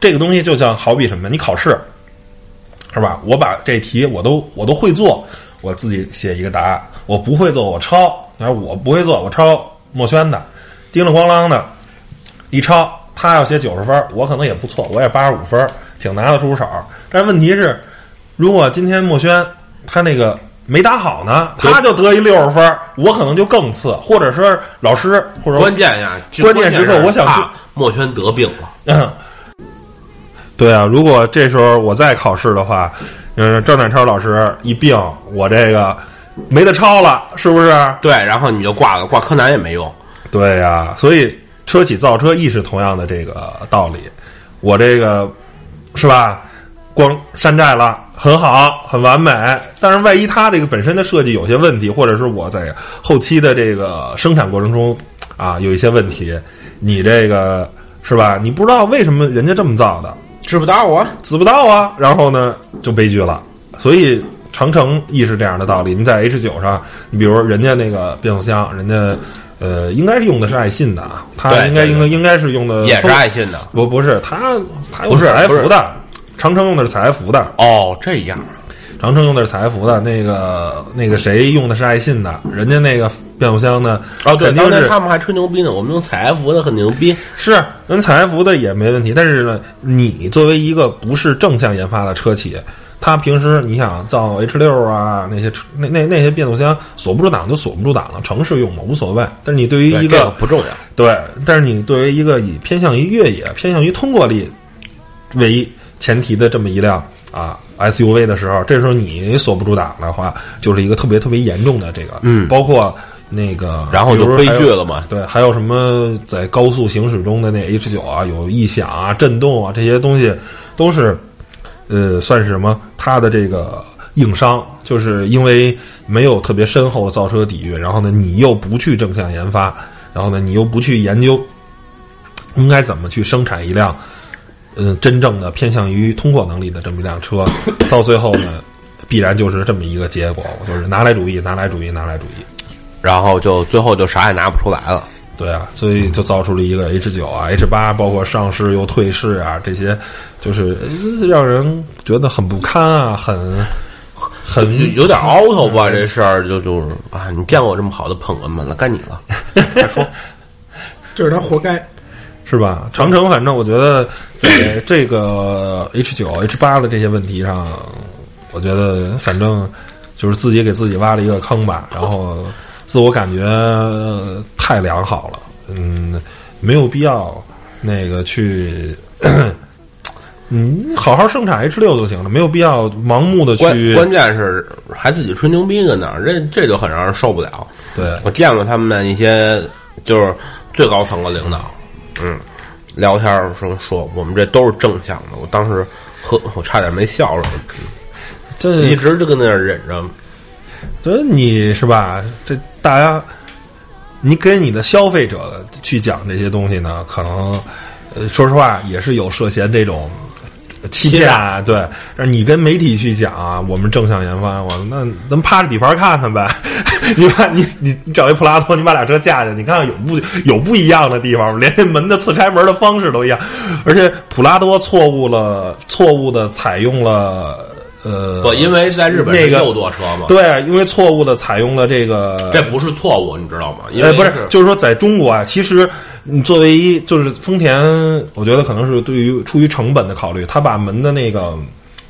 Speaker 2: 这个东西就像好比什么呀，你考试是吧？我把这题我都我都会做，我自己写一个答案。我不会做，我抄。然后我不会做，我抄墨轩的，叮了咣啷的，一抄，他要写九十分儿，我可能也不错，我也八十五分儿，挺拿得出手儿。但是问题是，如果今天墨轩他那个没打好呢，他就得一六十分儿，我可能就更次，或者说老师或者
Speaker 3: 关键呀，就
Speaker 2: 关键时刻
Speaker 3: 是
Speaker 2: 我想
Speaker 3: 怕
Speaker 2: 去
Speaker 3: 墨轩得病了，
Speaker 2: 嗯， 对啊，如果这时候我再考试的话，嗯，赵展超老师一病，我这个没得抄了，是不是？
Speaker 3: 对，然后你就挂了，挂柯南也没用。
Speaker 2: 对呀、所以车企造车亦是同样的这个道理。我这个是吧？光山寨了，很好，很完美。但是万一它这个本身的设计有些问题，或者是我在后期的这个生产过程中啊有一些问题，你这个是吧？你不知道为什么人家这么造的，
Speaker 4: 治不到我。
Speaker 2: 子不到啊，然后呢就悲剧了。所以长城亦是这样的道理。你在 H 九上，你比如说人家那个变速箱，人家呃应该是用的是爱信的啊，它
Speaker 3: 对
Speaker 2: 应该
Speaker 3: 对
Speaker 2: 应该应该是用的
Speaker 3: 也是
Speaker 2: 丰
Speaker 3: 爱信的。
Speaker 2: 不不是它它用
Speaker 3: 不是
Speaker 2: 采
Speaker 3: 不是
Speaker 2: 孚的，长城用的是采孚的，
Speaker 3: 哦，这样
Speaker 2: 长城用的是采孚的，那个那个谁用的是爱信的，人家那个变速箱呢
Speaker 3: 哦，对，
Speaker 2: 肯定
Speaker 3: 当年
Speaker 2: 是
Speaker 3: 他们还吹牛逼呢，我们用采埃孚的很牛逼。
Speaker 2: 是，人采埃孚的也没问题，但是呢，你作为一个不是正向研发的车企，它平时你想造 H 六啊那些车那那那些变速箱锁不住档就锁不住档了，城市用嘛无所谓。但是你对于
Speaker 3: 对
Speaker 2: 一
Speaker 3: 这个
Speaker 2: 个
Speaker 3: 不重要，
Speaker 2: 对，但是你对于一个以偏向于越野、偏向于通过力为前提的这么一辆啊 SUV 的时候，这时候你锁不住档的话，就是一个特别特别严重的这个，嗯，包括那个，
Speaker 3: 然后就
Speaker 2: 比如说还有
Speaker 3: 悲剧了嘛
Speaker 2: 对，还有什么在高速行驶中的那 H 九啊，有异响啊、震动啊这些东西，都是呃，算是什么？它的这个硬伤，就是因为没有特别深厚的造车底蕴，然后呢，你又不去正向研发，然后呢，你又不去研究应该怎么去生产一辆，嗯，真正的偏向于通过能力的这么一辆 车，到最后呢，必然就是这么一个结果，就是拿来主义，拿来主义，拿来主义。
Speaker 3: 然后就最后就啥也拿不出来了。
Speaker 2: 对啊，所以就造出了一个 H 九啊、H 八，包括上市又退市啊，这些就是呃让人觉得很不堪啊，很很
Speaker 3: 有有点 out 吧，这事儿就就是啊，你见过这么好的捧哏吗？那该你了。
Speaker 4: 这是他活该。
Speaker 2: 是吧？长城，反正我觉得在 这个 H 九、H 八的这些问题上，我觉得反正就是自己给自己挖了一个坑吧，然后自我感觉呃太良好了，嗯，没有必要那个去。 嗯，好好生产 H 六就行了，没有必要盲目的
Speaker 3: 关
Speaker 2: 去
Speaker 3: 关键是还自己吹牛逼跟那儿，这这就很让人受不了。
Speaker 2: 对
Speaker 3: 我见过他们一些就是最高层的领导，嗯，聊天儿说说我们这都是正向的，我当时喝我差点没笑出来，
Speaker 2: 这
Speaker 3: 一直就跟那儿忍着。
Speaker 2: 这你是吧？这大家，你给你的消费者去讲这些东西呢，可能，呃，说实话也是有涉嫌这种欺骗啊。对，让你跟媒体去讲啊，我们正向研发，我那咱趴着底盘看看呗。 你把你你你找一普拉多，你把俩车架去，你看看有不有不一样的地方吗，连这门的侧开门的方式都一样。而且普拉多错误了，错误的采用了。呃，
Speaker 3: 不，因为在日本
Speaker 2: 那
Speaker 3: 是
Speaker 2: 个
Speaker 3: 右舵车嘛，
Speaker 2: 对，因为错误的采用了这个，
Speaker 3: 这不是错误，你知道吗？因
Speaker 2: 呃
Speaker 3: 为
Speaker 2: 不
Speaker 3: 是
Speaker 2: 是，就是说在中国啊，其实你作为一就是丰田，我觉得可能是对于出于成本的考虑，他把门的那个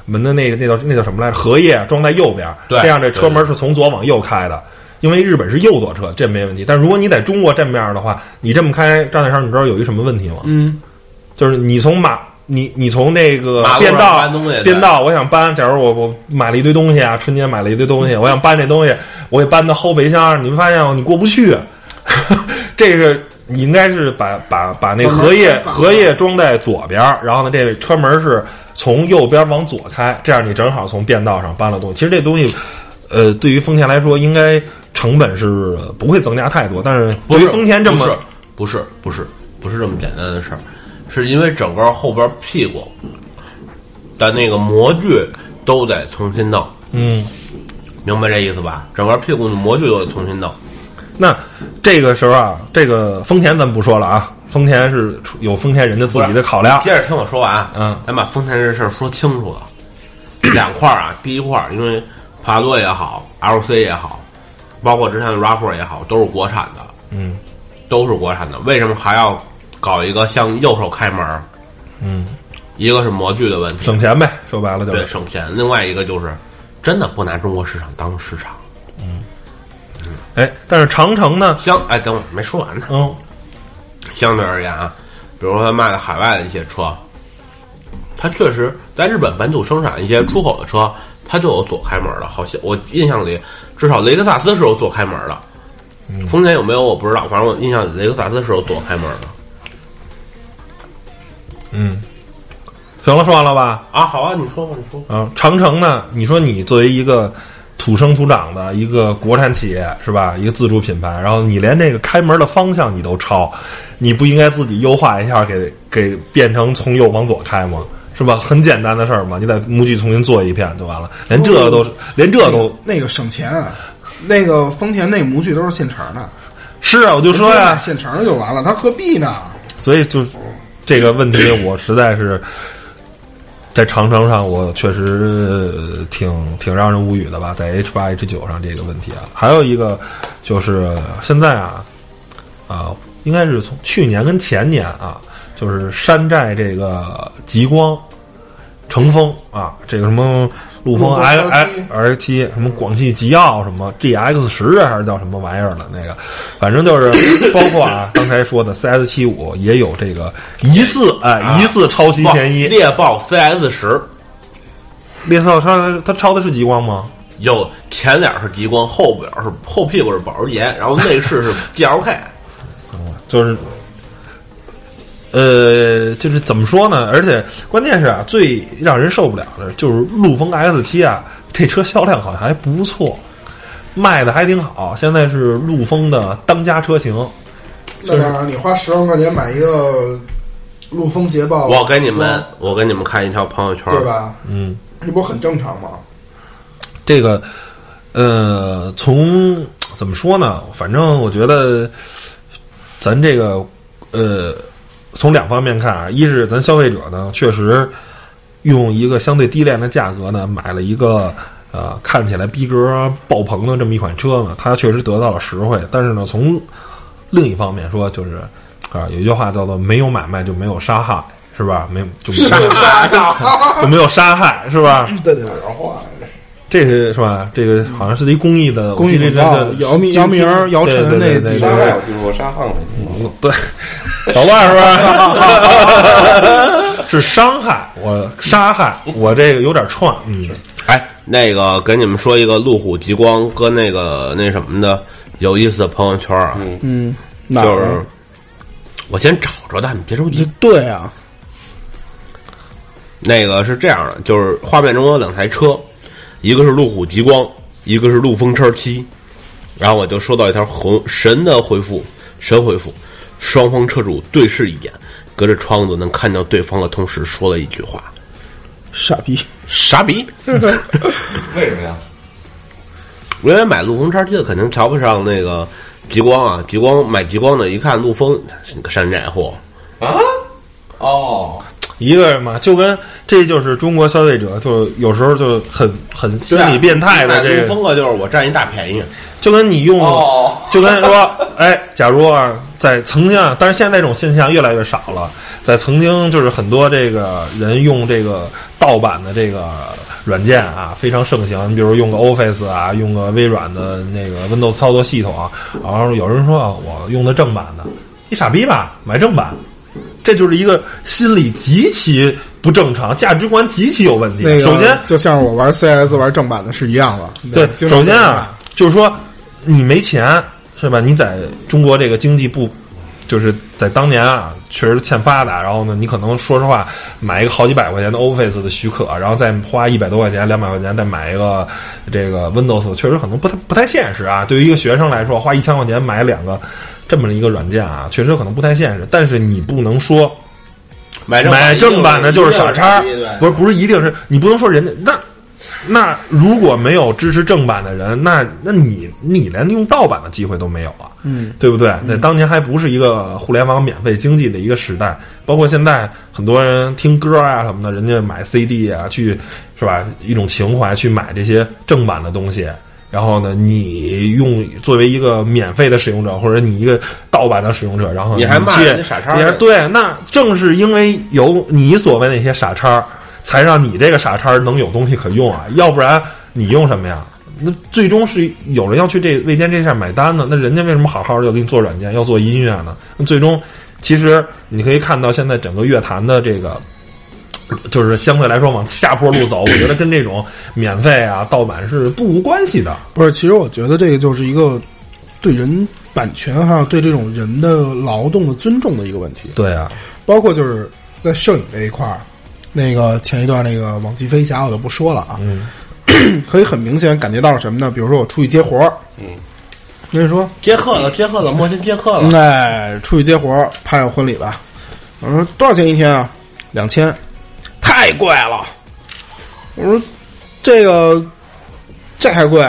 Speaker 2: 门的那个那叫那叫什么来着荷叶装在右边，
Speaker 3: 对
Speaker 2: 这样这
Speaker 3: 对
Speaker 2: 车门是从左往右开的。因为日本是右舵车，这没问题。但如果你在中国这面的话，你这么开站在上，你知道有一什么问题吗？
Speaker 3: 嗯，
Speaker 2: 就是你从马，你你从那个
Speaker 3: 马路上
Speaker 2: 变道
Speaker 3: 搬东西
Speaker 2: 变
Speaker 3: 对
Speaker 2: 道，我想搬，假如我我买了一堆东西啊，春节买了一堆东西，我想搬这东西，我给搬到后备箱，你们发现哦你过不去， 这个。你应该是把把把那
Speaker 4: 把门
Speaker 2: 荷叶
Speaker 4: 把门
Speaker 2: 荷叶装在左边儿，然后呢，这个车门是从右边往左开，这样你正好从变道上搬了东西。其实这东西，呃，对于丰田来说，应该成本是不会增加太多，但是
Speaker 3: 不
Speaker 2: 对于
Speaker 3: 是
Speaker 2: 丰田这么
Speaker 3: 不是不是不是不是这么简单的事儿，是因为整个后边屁股的那个模具都得重新弄，
Speaker 2: 嗯，
Speaker 3: 明白这意思吧？整个屁股的模具都得重新弄。
Speaker 2: 那这个时候啊，这个丰田咱不说了啊，丰田是出有丰田人的自己的考量
Speaker 3: 接。着听我说完啊，
Speaker 2: 嗯
Speaker 3: 咱把丰田这事儿说清楚了。 两块儿啊，第一块儿，因为帕萨多也好，LC 也好，包括之前的 RAV4 也好，都是国产的，
Speaker 2: 嗯
Speaker 3: 都是国产的。为什么还要搞一个向右手开门儿？
Speaker 2: 嗯，
Speaker 3: 一个是模具的问题，
Speaker 2: 省钱呗，说白了就
Speaker 3: 对，
Speaker 2: 是。
Speaker 3: 省钱；另外一个就是真的不拿中国市场当市场。
Speaker 2: 哎，但是长城呢？
Speaker 3: 相哎，等会儿没说完呢。
Speaker 2: 嗯
Speaker 3: 相对而言啊，比如说他卖的海外的一些车，它确实在日本本土生产一些出口的车，它就有左开门的。好像我印象里，至少雷克萨斯是有左开门的。
Speaker 4: 嗯
Speaker 3: 丰田有没有我不知道，反正我印象里雷克萨斯是有左开门的
Speaker 2: 嗯，行了，说完了吧？
Speaker 3: 啊。好啊，你说吧，你说吧。
Speaker 2: 啊，长城呢？你说你作为一个土生土长的一个国产企业是吧？一个自主品牌，然后你连那个开门的方向你都抄，你不应该自己优化一下，给给变成从右往左开吗？是吧？很简单的事儿嘛，你在模具重新做一遍就完了，连这都是连这都
Speaker 4: 那个省钱啊，那个丰田那模具都是现成的，
Speaker 2: 是啊，我就说呀、
Speaker 4: 直接买现成的就完了，他何必呢？
Speaker 2: 所以就是这个问题，我实在是在长城上，我确实呃挺挺让人无语的吧，在 H 八 H 九上这个问题啊，还有一个就是现在啊啊，应该是从去年跟前年啊，就是山寨这个极光。乘风啊，这个什么陆风哎
Speaker 4: 陆风
Speaker 2: L
Speaker 4: L7
Speaker 2: R 七什么广汽吉奥什么 G X 十啊还是叫什么玩意儿的那个，反正就是 包括啊刚才说的 C S 七五也有这个疑似哎疑似抄
Speaker 3: 啊
Speaker 2: 袭嫌疑。
Speaker 3: 猎豹 CS 十
Speaker 2: 列斯奥抄的他抄的是极光吗？
Speaker 3: 有前脸是极光，后边是后屁股是保时捷，然后内饰是 GLK。
Speaker 2: 就是，呃，就是怎么说呢？而且关键是啊，最让人受不了的就是陆风 S 七啊，这车销量好像还不错，卖的还挺好，现在是陆风的当家车型。
Speaker 4: 那当然，你花十万块钱买一个陆风捷豹，
Speaker 3: 我给你们，我给你们看一条朋友圈，
Speaker 4: 对？吧？
Speaker 2: 嗯，
Speaker 4: 这不很正常吗？
Speaker 2: 这个，呃，从怎么说呢？反正我觉得，咱这个，呃，从两方面看啊，一是咱消费者呢，确实用一个相对低廉的价格呢，买了一个呃看起来逼格爆棚的这么一款车呢，它确实得到了实惠。但是呢，从另一方面说，就是啊、有一句话叫做“没有买卖就没有杀害”， 是吧？没有就没有就没有杀害，是吧？
Speaker 4: 对对，老话，
Speaker 2: 这个是吧？这个好像是一公益的，
Speaker 4: 公益
Speaker 2: 这
Speaker 4: 广告
Speaker 2: 的，
Speaker 4: 姚明、姚明、姚晨那
Speaker 2: 对对对
Speaker 4: 几
Speaker 2: 对
Speaker 5: 沙
Speaker 4: 个
Speaker 5: 汉我听说过，沙汉我没听过。
Speaker 2: 对，捣乱是吧？ 是伤害我，杀害我，这个有点串，嗯，
Speaker 3: 哎，那个给你们说一个路虎极光跟那个那什么的有意思的朋友圈啊，
Speaker 5: 嗯
Speaker 4: 嗯，哪
Speaker 3: 就
Speaker 4: 儿
Speaker 3: 是
Speaker 4: 啊
Speaker 3: 我先找着他，你别着
Speaker 4: 这
Speaker 3: 急。
Speaker 4: 对啊，
Speaker 3: 那个是这样的，就是画面中有两台车，一个是路虎极光，一个是陆风叉七。然后我就收到一条红神的回复，神回复，双方车主对视一眼，隔着窗子能看到对方的同时说了一句话
Speaker 4: 傻逼，：“
Speaker 3: 傻逼！”
Speaker 5: 为什么呀？
Speaker 3: 原来买陆风叉 T 的肯定瞧不上那个极光啊，极光买极光的，一看陆风是个山寨货，
Speaker 5: 啊？哦，
Speaker 2: 一个人嘛，就跟这就是中国消费者，就有时候就很很心
Speaker 3: 啊
Speaker 2: 理变态的这
Speaker 3: 陆
Speaker 2: 个，
Speaker 3: 风啊，就是我占一大便宜。
Speaker 2: 就跟你用
Speaker 5: 哦，
Speaker 2: 就跟说，哎，假如啊，在曾经啊，但是现在这种现象越来越少了，在曾经就是很多这个人用这个盗版的这个软件啊，非常盛行。你比如用个 Office 啊，用个微软的那个 Windows 操作系统啊，然后有人说啊我用的正版的，你傻逼吧，买正版。这就是一个心理极其不正常、价值观极其有问题。
Speaker 4: 那个
Speaker 2: 首先，
Speaker 4: 就像我玩 CS 玩正版的是一样的。
Speaker 2: 对，
Speaker 4: 经常
Speaker 2: 首先
Speaker 4: 这
Speaker 2: 啊
Speaker 4: 样，
Speaker 2: 就是说你没钱是吧？你在中国这个经济不，就是在当年啊，确实欠发达。然后呢，你可能说实话，买一个好几百块钱的 Office 的许可，然后再花一百多块钱、两百块钱再买一个这个 Windows，确实可能不太不太现实啊。对于一个学生来说，花一千块钱买两个这么一个软件啊，确实可能不太现实。但是你不能说。
Speaker 3: 买
Speaker 2: 买正版的就是傻叉，不是
Speaker 3: 不是
Speaker 2: 不是一定是你不能说人家那那如果没有支持正版的人，那那你你连用盗版的机会都没有啊，
Speaker 4: 嗯，
Speaker 2: 对不对？那当年还不是一个互联网免费经济的一个时代，包括现在很多人听歌啊什么的，人家买 CD 啊去是吧？一种情怀去买这些正版的东西。然后呢，你用作为一个免费的使用者，或者你一个盗版的使用者，然后
Speaker 3: 你还骂
Speaker 2: 去
Speaker 3: 人家傻叉
Speaker 2: 你还
Speaker 3: 呢
Speaker 2: 对，那正是因为有你所谓那些傻叉儿，才让你这个傻叉儿能有东西可用啊，要不然你用什么呀？那最终是有人要去这卫健这站买单呢，那人家为什么好好的给你做软件，要做音乐呢？那最终，其实你可以看到现在整个乐坛的这个就是相对来说往下坡路走，我觉得跟这种免费啊、盗版是不无关系的。
Speaker 4: 不是，其实我觉得这个就是一个对人版权还有对这种人的劳动的尊重的一个问题。
Speaker 2: 对啊，
Speaker 4: 包括就是在摄影这一块儿，那个前一段那个网际飞侠我就不说了啊，
Speaker 2: 嗯
Speaker 4: 可以很明显感觉到什么呢？比如说我出去接活儿，
Speaker 5: 嗯，
Speaker 4: 人家说，
Speaker 3: 接客了，接客了，莫先接客了。
Speaker 4: 哎，出去接活儿拍个婚礼吧，我说多少钱一天啊？两千，太贵了。我说这个这还贵，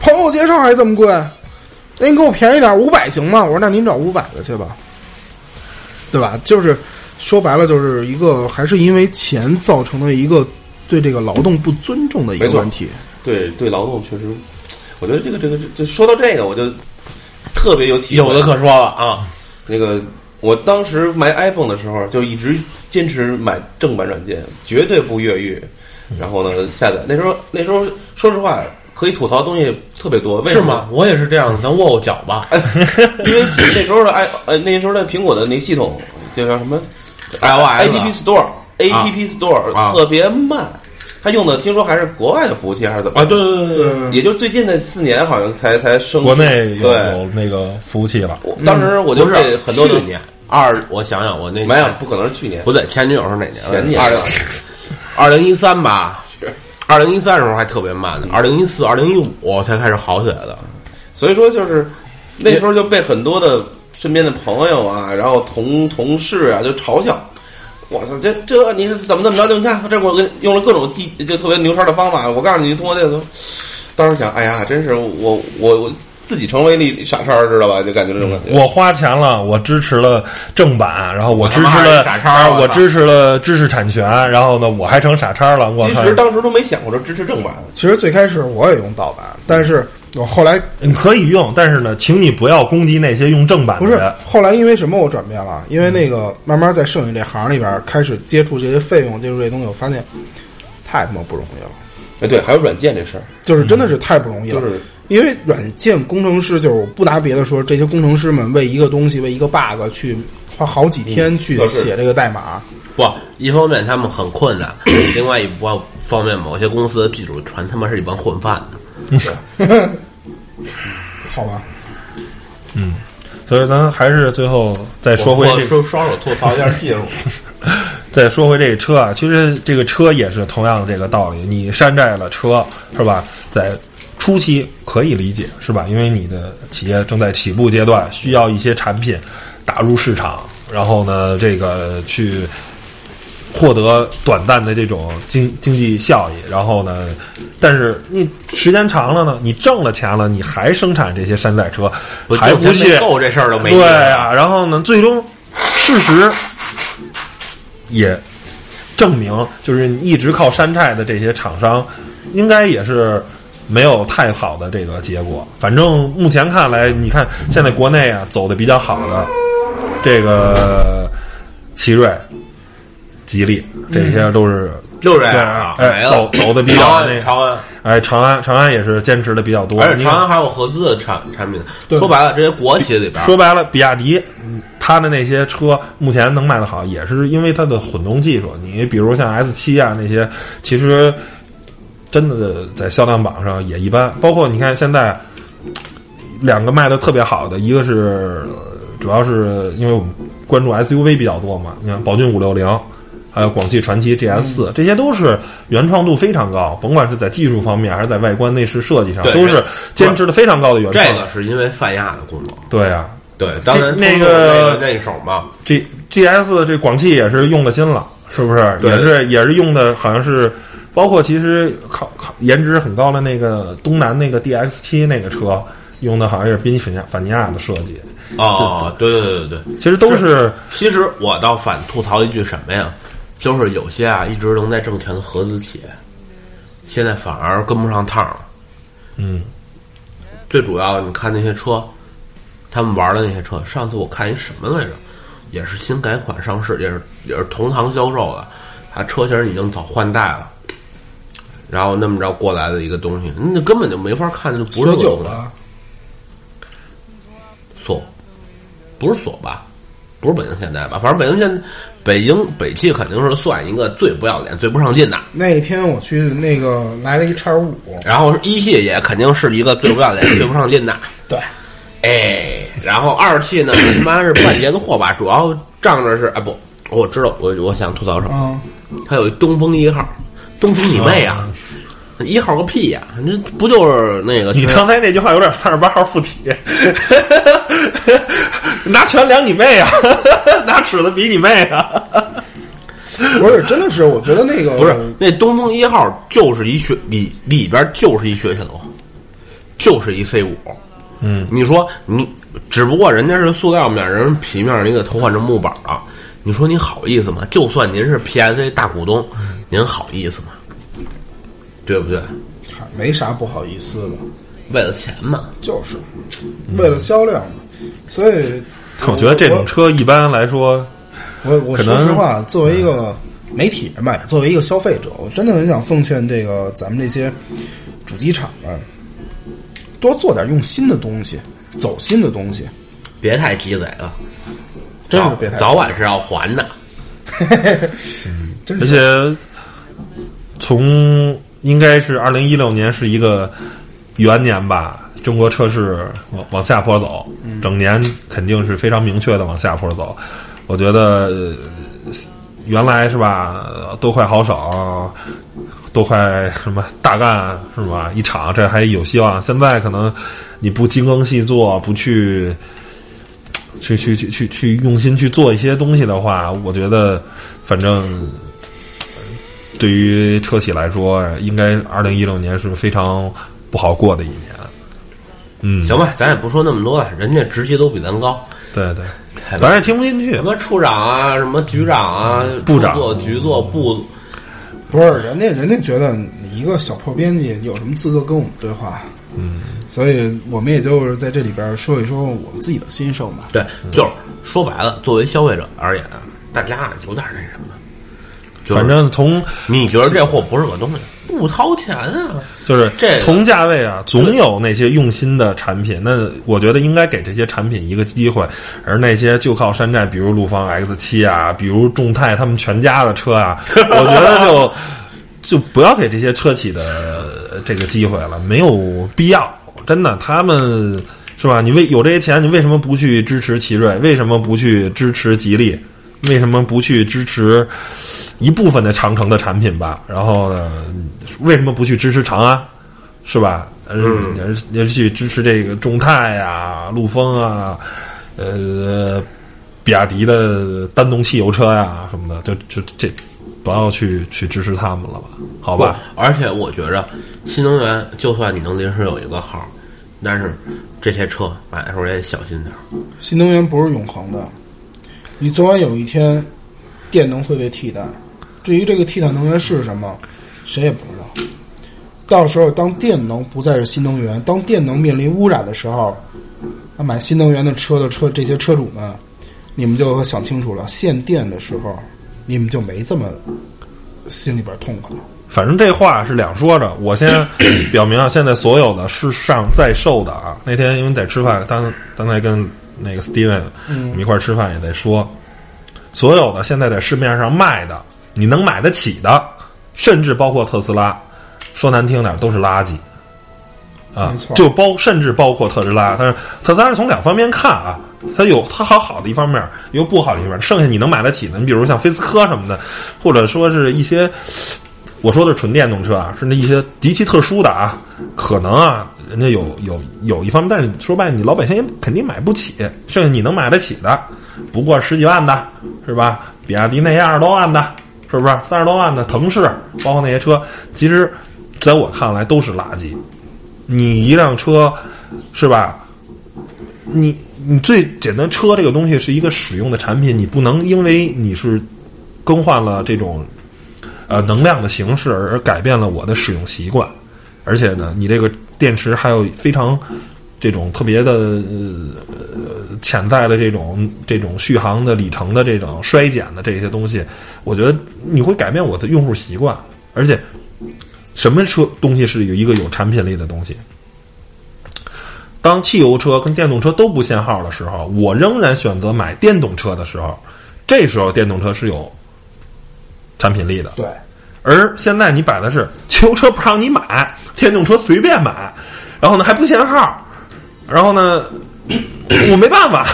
Speaker 4: 朋友介绍还这么贵，那您给我便宜点，五百行吗？我说那您找五百的去吧，对吧？就是说白了，就是一个还是因为钱造成的一个对这个劳动不尊重的一个
Speaker 5: 没错
Speaker 4: 问题。
Speaker 5: 对对，劳动确实，我觉得这个这个这说到这个，我就特别有体会。
Speaker 3: 有的可说了啊，
Speaker 5: 那个，我当时买 iPhone 的时候，就一直坚持买正版软件，绝对不越狱。然后呢，下载那时候那时候说实话，可以吐槽的东西特别多，为
Speaker 3: 是
Speaker 5: 什
Speaker 3: 吗
Speaker 5: 么？？
Speaker 3: 我也是这样，咱握握脚吧。
Speaker 5: 因为那时候的 i 呃那时候的苹果的那个系统就叫什么
Speaker 3: iOS
Speaker 5: App Store App Store、
Speaker 3: 啊
Speaker 5: 特别慢，它用的听说还是国外的服务器还是怎么？
Speaker 3: 啊，对对对对对，
Speaker 5: 也就最近的四年，好像才才升
Speaker 2: 国内有
Speaker 5: 对，
Speaker 2: 有那个服务器了，
Speaker 5: 我当时我
Speaker 3: 嗯
Speaker 5: 就
Speaker 3: 不
Speaker 5: 被
Speaker 3: 是
Speaker 5: 很多的
Speaker 3: 去年二，我想想，我那年
Speaker 5: 没有，不可能是去年，
Speaker 3: 不对，前女友是哪年？
Speaker 5: 前年
Speaker 3: 二零二零一三吧。二零一三时候还特别慢呢，二零一四、二零一五才开始好起来的。
Speaker 5: 所以说就是那时候就被很多的身边的朋友啊，然后同同事啊就嘲笑。我操，这这你是怎么怎么着？就你看，这我跟用了各种技，就特别牛叉的方法。我告诉你，通过这个，当时想，哎呀，真是我我我自己成为一傻叉儿，知道吧？就感觉这种感觉。
Speaker 2: 我花钱了，我支持了正版，然后我支持
Speaker 3: 我他妈
Speaker 2: 了
Speaker 3: 是傻叉儿
Speaker 2: 啊我
Speaker 3: 我操
Speaker 2: 支持了知识产权，然后呢，我还成傻叉了。我
Speaker 5: 其
Speaker 2: 操！
Speaker 5: 实当时都没想过说支持正版，
Speaker 4: 其实最开始我也用盗版，但是我后来
Speaker 2: 你可以用，但是呢，请你不要攻击那些用正版
Speaker 4: 不
Speaker 2: 的
Speaker 4: 是
Speaker 2: 人。，
Speaker 4: 后来因为什么我转变了？因为那个慢慢在摄影这行里边儿开始接触这些费用，接触这些东西，我发现太他妈不容易了。
Speaker 5: 哎，对，还有软件这事儿，
Speaker 4: 就是真的是太不容易了。
Speaker 5: 就是
Speaker 4: 因为软件工程师，就是我不拿别的说，这些工程师们为一个东西、为一个 bug 去花好几天去
Speaker 5: 就是
Speaker 4: 写这个代码，
Speaker 3: 不，一方面他们很 困难，另外一方方面，某些公司的技术全他妈是一帮混饭的。
Speaker 4: 好吧？
Speaker 2: 所以咱还是最后再说回
Speaker 3: 我
Speaker 2: 这个，
Speaker 3: 说双手吐槽一下技术，
Speaker 2: 再说回这个车啊，其实这个车也是同样的这个道理。你山寨了车是吧？在初期可以理解是吧？因为你的企业正在起步阶段，需要一些产品打入市场，然后呢，这个去获得短暂的这种经经济效益，然后呢，但是你时间长了呢，你挣了钱了，你还生产这些山寨车，
Speaker 3: 我
Speaker 2: 还不
Speaker 3: 挣钱
Speaker 2: 去
Speaker 3: 没够这事儿都没意
Speaker 2: 对
Speaker 3: 义
Speaker 2: 啊，然后呢，最终事实也证明，就是你一直靠山寨的这些厂商，应该也是没有太好的这个结果。反正目前看来，你看现在国内啊走的比较好的这个奇瑞、吉利，这些都是。
Speaker 3: 就是这
Speaker 2: 对
Speaker 3: 样
Speaker 2: 啊
Speaker 3: 啊，
Speaker 2: 哎
Speaker 3: 没了
Speaker 2: 走走得比较
Speaker 3: 长安
Speaker 2: 那个
Speaker 3: 长安，
Speaker 2: 哎，长安，长安也是坚持的比较多。
Speaker 3: 而且
Speaker 2: 你
Speaker 3: 长
Speaker 2: 看
Speaker 3: 安还有合资的产产品。
Speaker 4: 对
Speaker 3: 说白了，这些国企里边儿，
Speaker 2: 说白了，比亚迪它的那些车目前能卖得好，也是因为它的混动技术。你比如像 S 七啊那些，其实真的在销量榜上也一般。包括你看现在两个卖的特别好的，一个是呃主要是因为我们关注 SUV 比较多嘛，你看宝骏五六零。还有广汽传祺 GS 四，
Speaker 3: 嗯
Speaker 2: 这些都是原创度非常高，甭管是在技术方面还是在外观内饰设计上，
Speaker 3: 对
Speaker 2: 都是坚持的非常高的原
Speaker 3: 这
Speaker 2: 创。
Speaker 3: 个是因为泛亚的功劳。
Speaker 2: 对啊，
Speaker 3: 对，当然
Speaker 2: 那
Speaker 3: 通
Speaker 2: 个
Speaker 3: 用那那一手嘛，
Speaker 2: G G S 这广汽也是用了心了，是不是？
Speaker 3: 对
Speaker 2: 也是也是用的，好像是包括其实考考颜值很高的那个东南那个 D X 七那个车，用的好像也是宾夕法尼亚法尼亚的设计，
Speaker 3: 哦，对对对对对。
Speaker 2: 其实都是
Speaker 3: 其实我倒反吐槽一句什么呀？就是有些啊一直能在挣钱的合资企业，现在反而跟不上趟了。
Speaker 2: 嗯，
Speaker 3: 最主要你看那些车，他们玩的那些车，上次我看一什么来着，也是新改款上市，也是也是同行销售的，它车型已经早换代了。然后那么着过来的一个东西，那根本就没法看，就不是
Speaker 4: 锁
Speaker 3: 个
Speaker 4: 九
Speaker 3: 东西
Speaker 4: 了，
Speaker 3: 锁，不是锁吧？不是北京现代吧？反正北京现北京北汽肯定是算一个最不要脸、最不上进的。
Speaker 4: 那天我去那个来了一叉五，
Speaker 3: 然后一系也肯定是一个最不要脸、最不上进的。
Speaker 4: 对，
Speaker 3: 哎，然后二汽呢，他妈是半截子货吧？主要仗着是哎不，我知道，我我想吐槽什么？
Speaker 4: 嗯，
Speaker 3: 它有一东风一号，东风你妹啊！一号个屁呀、你这不就是那个
Speaker 2: 嗯你刚才那句话有点三十八号附体， 拿拳量你妹啊， 拿尺子比你妹啊，
Speaker 4: 不是，真的是，我觉得那个
Speaker 3: 不是，那东风一号就是一雪里里边就是一雪铁龙，就是一 C 五。
Speaker 2: 嗯，
Speaker 3: 你说你，只不过人家是塑料面，人家皮面，你给偷换成木板了。你说你好意思吗？就算您是 PSA 大股东，
Speaker 4: 嗯
Speaker 3: 您好意思吗？对不对？
Speaker 4: 没啥不好意思的，
Speaker 3: 为了钱嘛，
Speaker 4: 就是为了销量嘛，所以
Speaker 2: 我觉得这种车一般来说，
Speaker 4: 我我
Speaker 2: 可
Speaker 4: 说
Speaker 2: 能嗯
Speaker 4: 实话，作为一个媒体人吧，也作为一个消费者，我真的很想奉劝这个咱们这些主机厂们，多做点用心的东西，走心的东西。
Speaker 3: 别太鸡贼了，
Speaker 4: 真是
Speaker 3: 早
Speaker 4: 别太鸡贼
Speaker 3: 早晚是要还的。
Speaker 2: 而且从应该是二零一六年是一个元年吧，中国车市往往下坡走，整年肯定是非常明确的往下坡走。我觉得呃原来是吧，多快好省，多快什么大干是吧？一场这还有希望，现在可能你不精耕细作，不去。去去去去去用心去做一些东西的话，我觉得，反正对于车企来说，应该二零一六年是非常不好过的一年。嗯，
Speaker 3: 行，吧，咱也不说那么多了，人家职级都比咱高。
Speaker 2: 对对，
Speaker 3: 太
Speaker 2: 咱也听不进去
Speaker 3: 什。么处长啊，什么局长啊，
Speaker 2: 部长
Speaker 3: 处座、局座、部
Speaker 4: 不是人家，人家觉得你一个小破编辑有什么资格跟我们对话？嗯，所以我们也就是在这里边说一说我们自己的心声吧。
Speaker 3: 对，就是说白了，作为消费者而言啊，大家有点那什么，就是
Speaker 2: 反正从
Speaker 3: 你觉得这货不是个东西，不掏钱啊，
Speaker 2: 就是
Speaker 3: 这个
Speaker 2: 同价位啊，总有那些用心的产品。那我觉得应该给这些产品一个机会，而那些就靠山寨，比如陆放 X 七啊，比如众泰他们全家的车 啊，我觉得就就不要给这些车企的这个机会了，没有必要。真的，他们是吧？你为有这些钱，你为什么不去支持奇瑞？为什么不去支持吉利？为什么不去支持一部分的长城的产品吧？然后呢，为什么不去支持长安？是吧？嗯，也是也是去支持这个众泰啊、陆风啊，呃，比亚迪的单动汽油车呀、什么的，就就这，不要去去支持他们了吧？好
Speaker 3: 好
Speaker 2: 吧？？
Speaker 3: 而且我觉着新能源，就算你能临时有一个号，但是这些车买的时候也小心点儿。
Speaker 4: 新能源不是永恒的，你总晚有一天，电能会被替代。至于这个替代能源是什么，谁也不知道。到时候当电能不再是新能源，当电能面临污染的时候，那买新能源的车的车这些车主们，你们就要想清楚了。限电的时候，你们就没这么心里边痛快了。
Speaker 2: 反正这话是两说着。我先表明啊，现在所有的市上在售的啊，那天因为在吃饭，刚刚才跟那个 Steven
Speaker 4: 嗯
Speaker 2: 我们一块儿吃饭也在说，所有的现在在市面上卖的，你能买得起的，甚至包括特斯拉，说难听点儿都是垃圾。啊
Speaker 4: 没，错
Speaker 2: 就包甚至包括特斯拉，但是特斯拉是从两方面看啊，它有它好好的一方面，也有不好的一方面。剩下你能买得起的，你比如像菲斯科什么的，或者说是一些我说的纯电动车啊，是那一些极其特殊的啊，可能啊，人家有有有一方面，但是说白了，你老百姓也肯定买不起，剩下你能买得起的，不过十几万的，是吧？比亚迪那些二十多万的，是不是？三十多万的腾势，包括那些车，其实在我看来都是垃圾。你一辆车，是吧？你你最简单，车这个东西是一个使用的产品，你不能因为你是更换了这种呃能量的形式而改变了我的使用习惯，而且呢，你这个电池还有非常这种特别的呃潜在的这种这种续航的里程的这种衰减的这些东西，我觉得你会改变我的用户习惯，而且什么车东西是有一个有产品力的东西？当汽油车跟电动车都不限号的时候，我仍然选择买电动车的时候，这时候电动车是有产品力的。
Speaker 4: 对，
Speaker 2: 而现在你摆的是汽油车不让你买，电动车随便买，然后呢还不限号，然后呢 我没办法，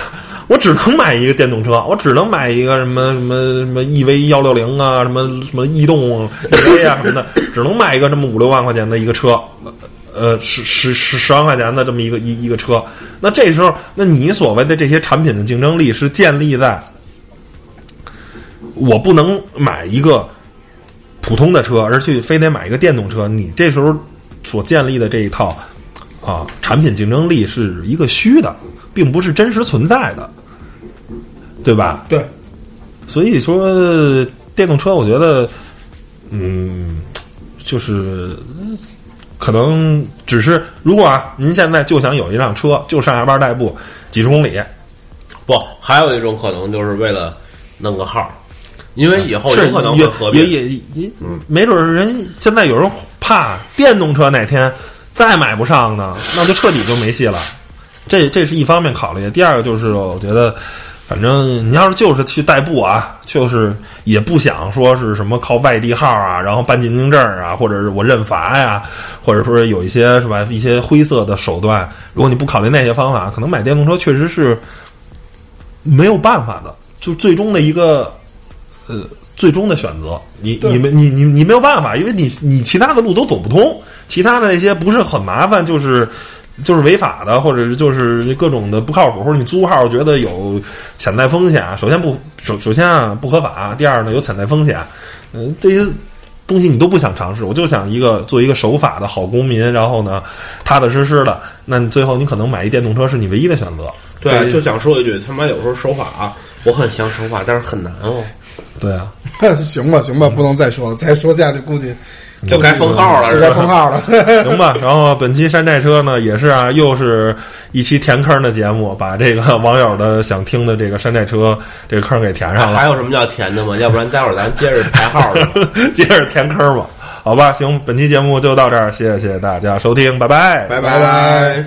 Speaker 2: 我只能买一个电动车，我只能买一个什么什么什么 EV 幺六零啊，什么什么逸动 EV 啊什么的，只能买一个这么五六万块钱的一个车，呃十十十十万块钱的这么一个一一个车，那这时候那你所谓的这些产品的竞争力是建立在我不能买一个。普通的车，而去非得买一个电动车，你这时候所建立的这一套啊产品竞争力是一个虚的，并不是真实存在的，对吧？
Speaker 4: 对，
Speaker 2: 所以说电动车，我觉得，嗯，就是呃可能只是如果啊，您现在就想有一辆车，就上下班代步几十公里，
Speaker 3: 不，还有一种可能就是为了弄个号，因为以后
Speaker 2: 是
Speaker 3: 有可能会
Speaker 2: 也
Speaker 3: 合
Speaker 2: 也
Speaker 3: 并。嗯
Speaker 2: 也也，没准儿人现在有人怕电动车哪天再买不上呢，那就彻底就没戏了。这这是一方面考虑，第二个就是我觉得，反正你要是就是去代步啊，就是也不想说是什么靠外地号啊，然后办进京证啊，或者是我认罚呀、或者说有一些是吧一些灰色的手段，如果你不考虑那些方法，可能买电动车确实是没有办法的，就最终的一个呃最终的选择，你
Speaker 4: 对
Speaker 2: 你们你你你没有办法，因为你你其他的路都走不通，其他的那些不是很麻烦，就是就是违法的，或者是就是各种的不靠谱，或者你租号觉得有潜在风险，啊首先不首首先啊不合法，第二呢有潜在风险，嗯、这些。东西你都不想尝试，我就想一个做一个守法的好公民，然后呢，踏踏实实的。那你最后你可能买一电动车是你唯一的选择。
Speaker 3: 对，就想说一句，他妈有时候手法、啊，我很想手法，但是很难哦，
Speaker 2: 对啊，
Speaker 4: 行吧，行吧，不能再说了，再说下去估计
Speaker 3: 就该封号
Speaker 5: 嗯
Speaker 3: 了，
Speaker 4: 就是该
Speaker 3: 吧？
Speaker 4: 封号了。
Speaker 2: 行吧，然后本期山寨车呢，也是啊，又是一期填坑的节目，把这个网友的想听的这个山寨车这
Speaker 3: 啊
Speaker 2: 个坑给填上了，
Speaker 3: 还有什么叫甜的吗？要不然待会儿咱接着排号去吧。
Speaker 2: 接着填坑吧。好吧，行，本期节目就到这儿，谢谢大家收听，拜拜，
Speaker 5: 拜拜。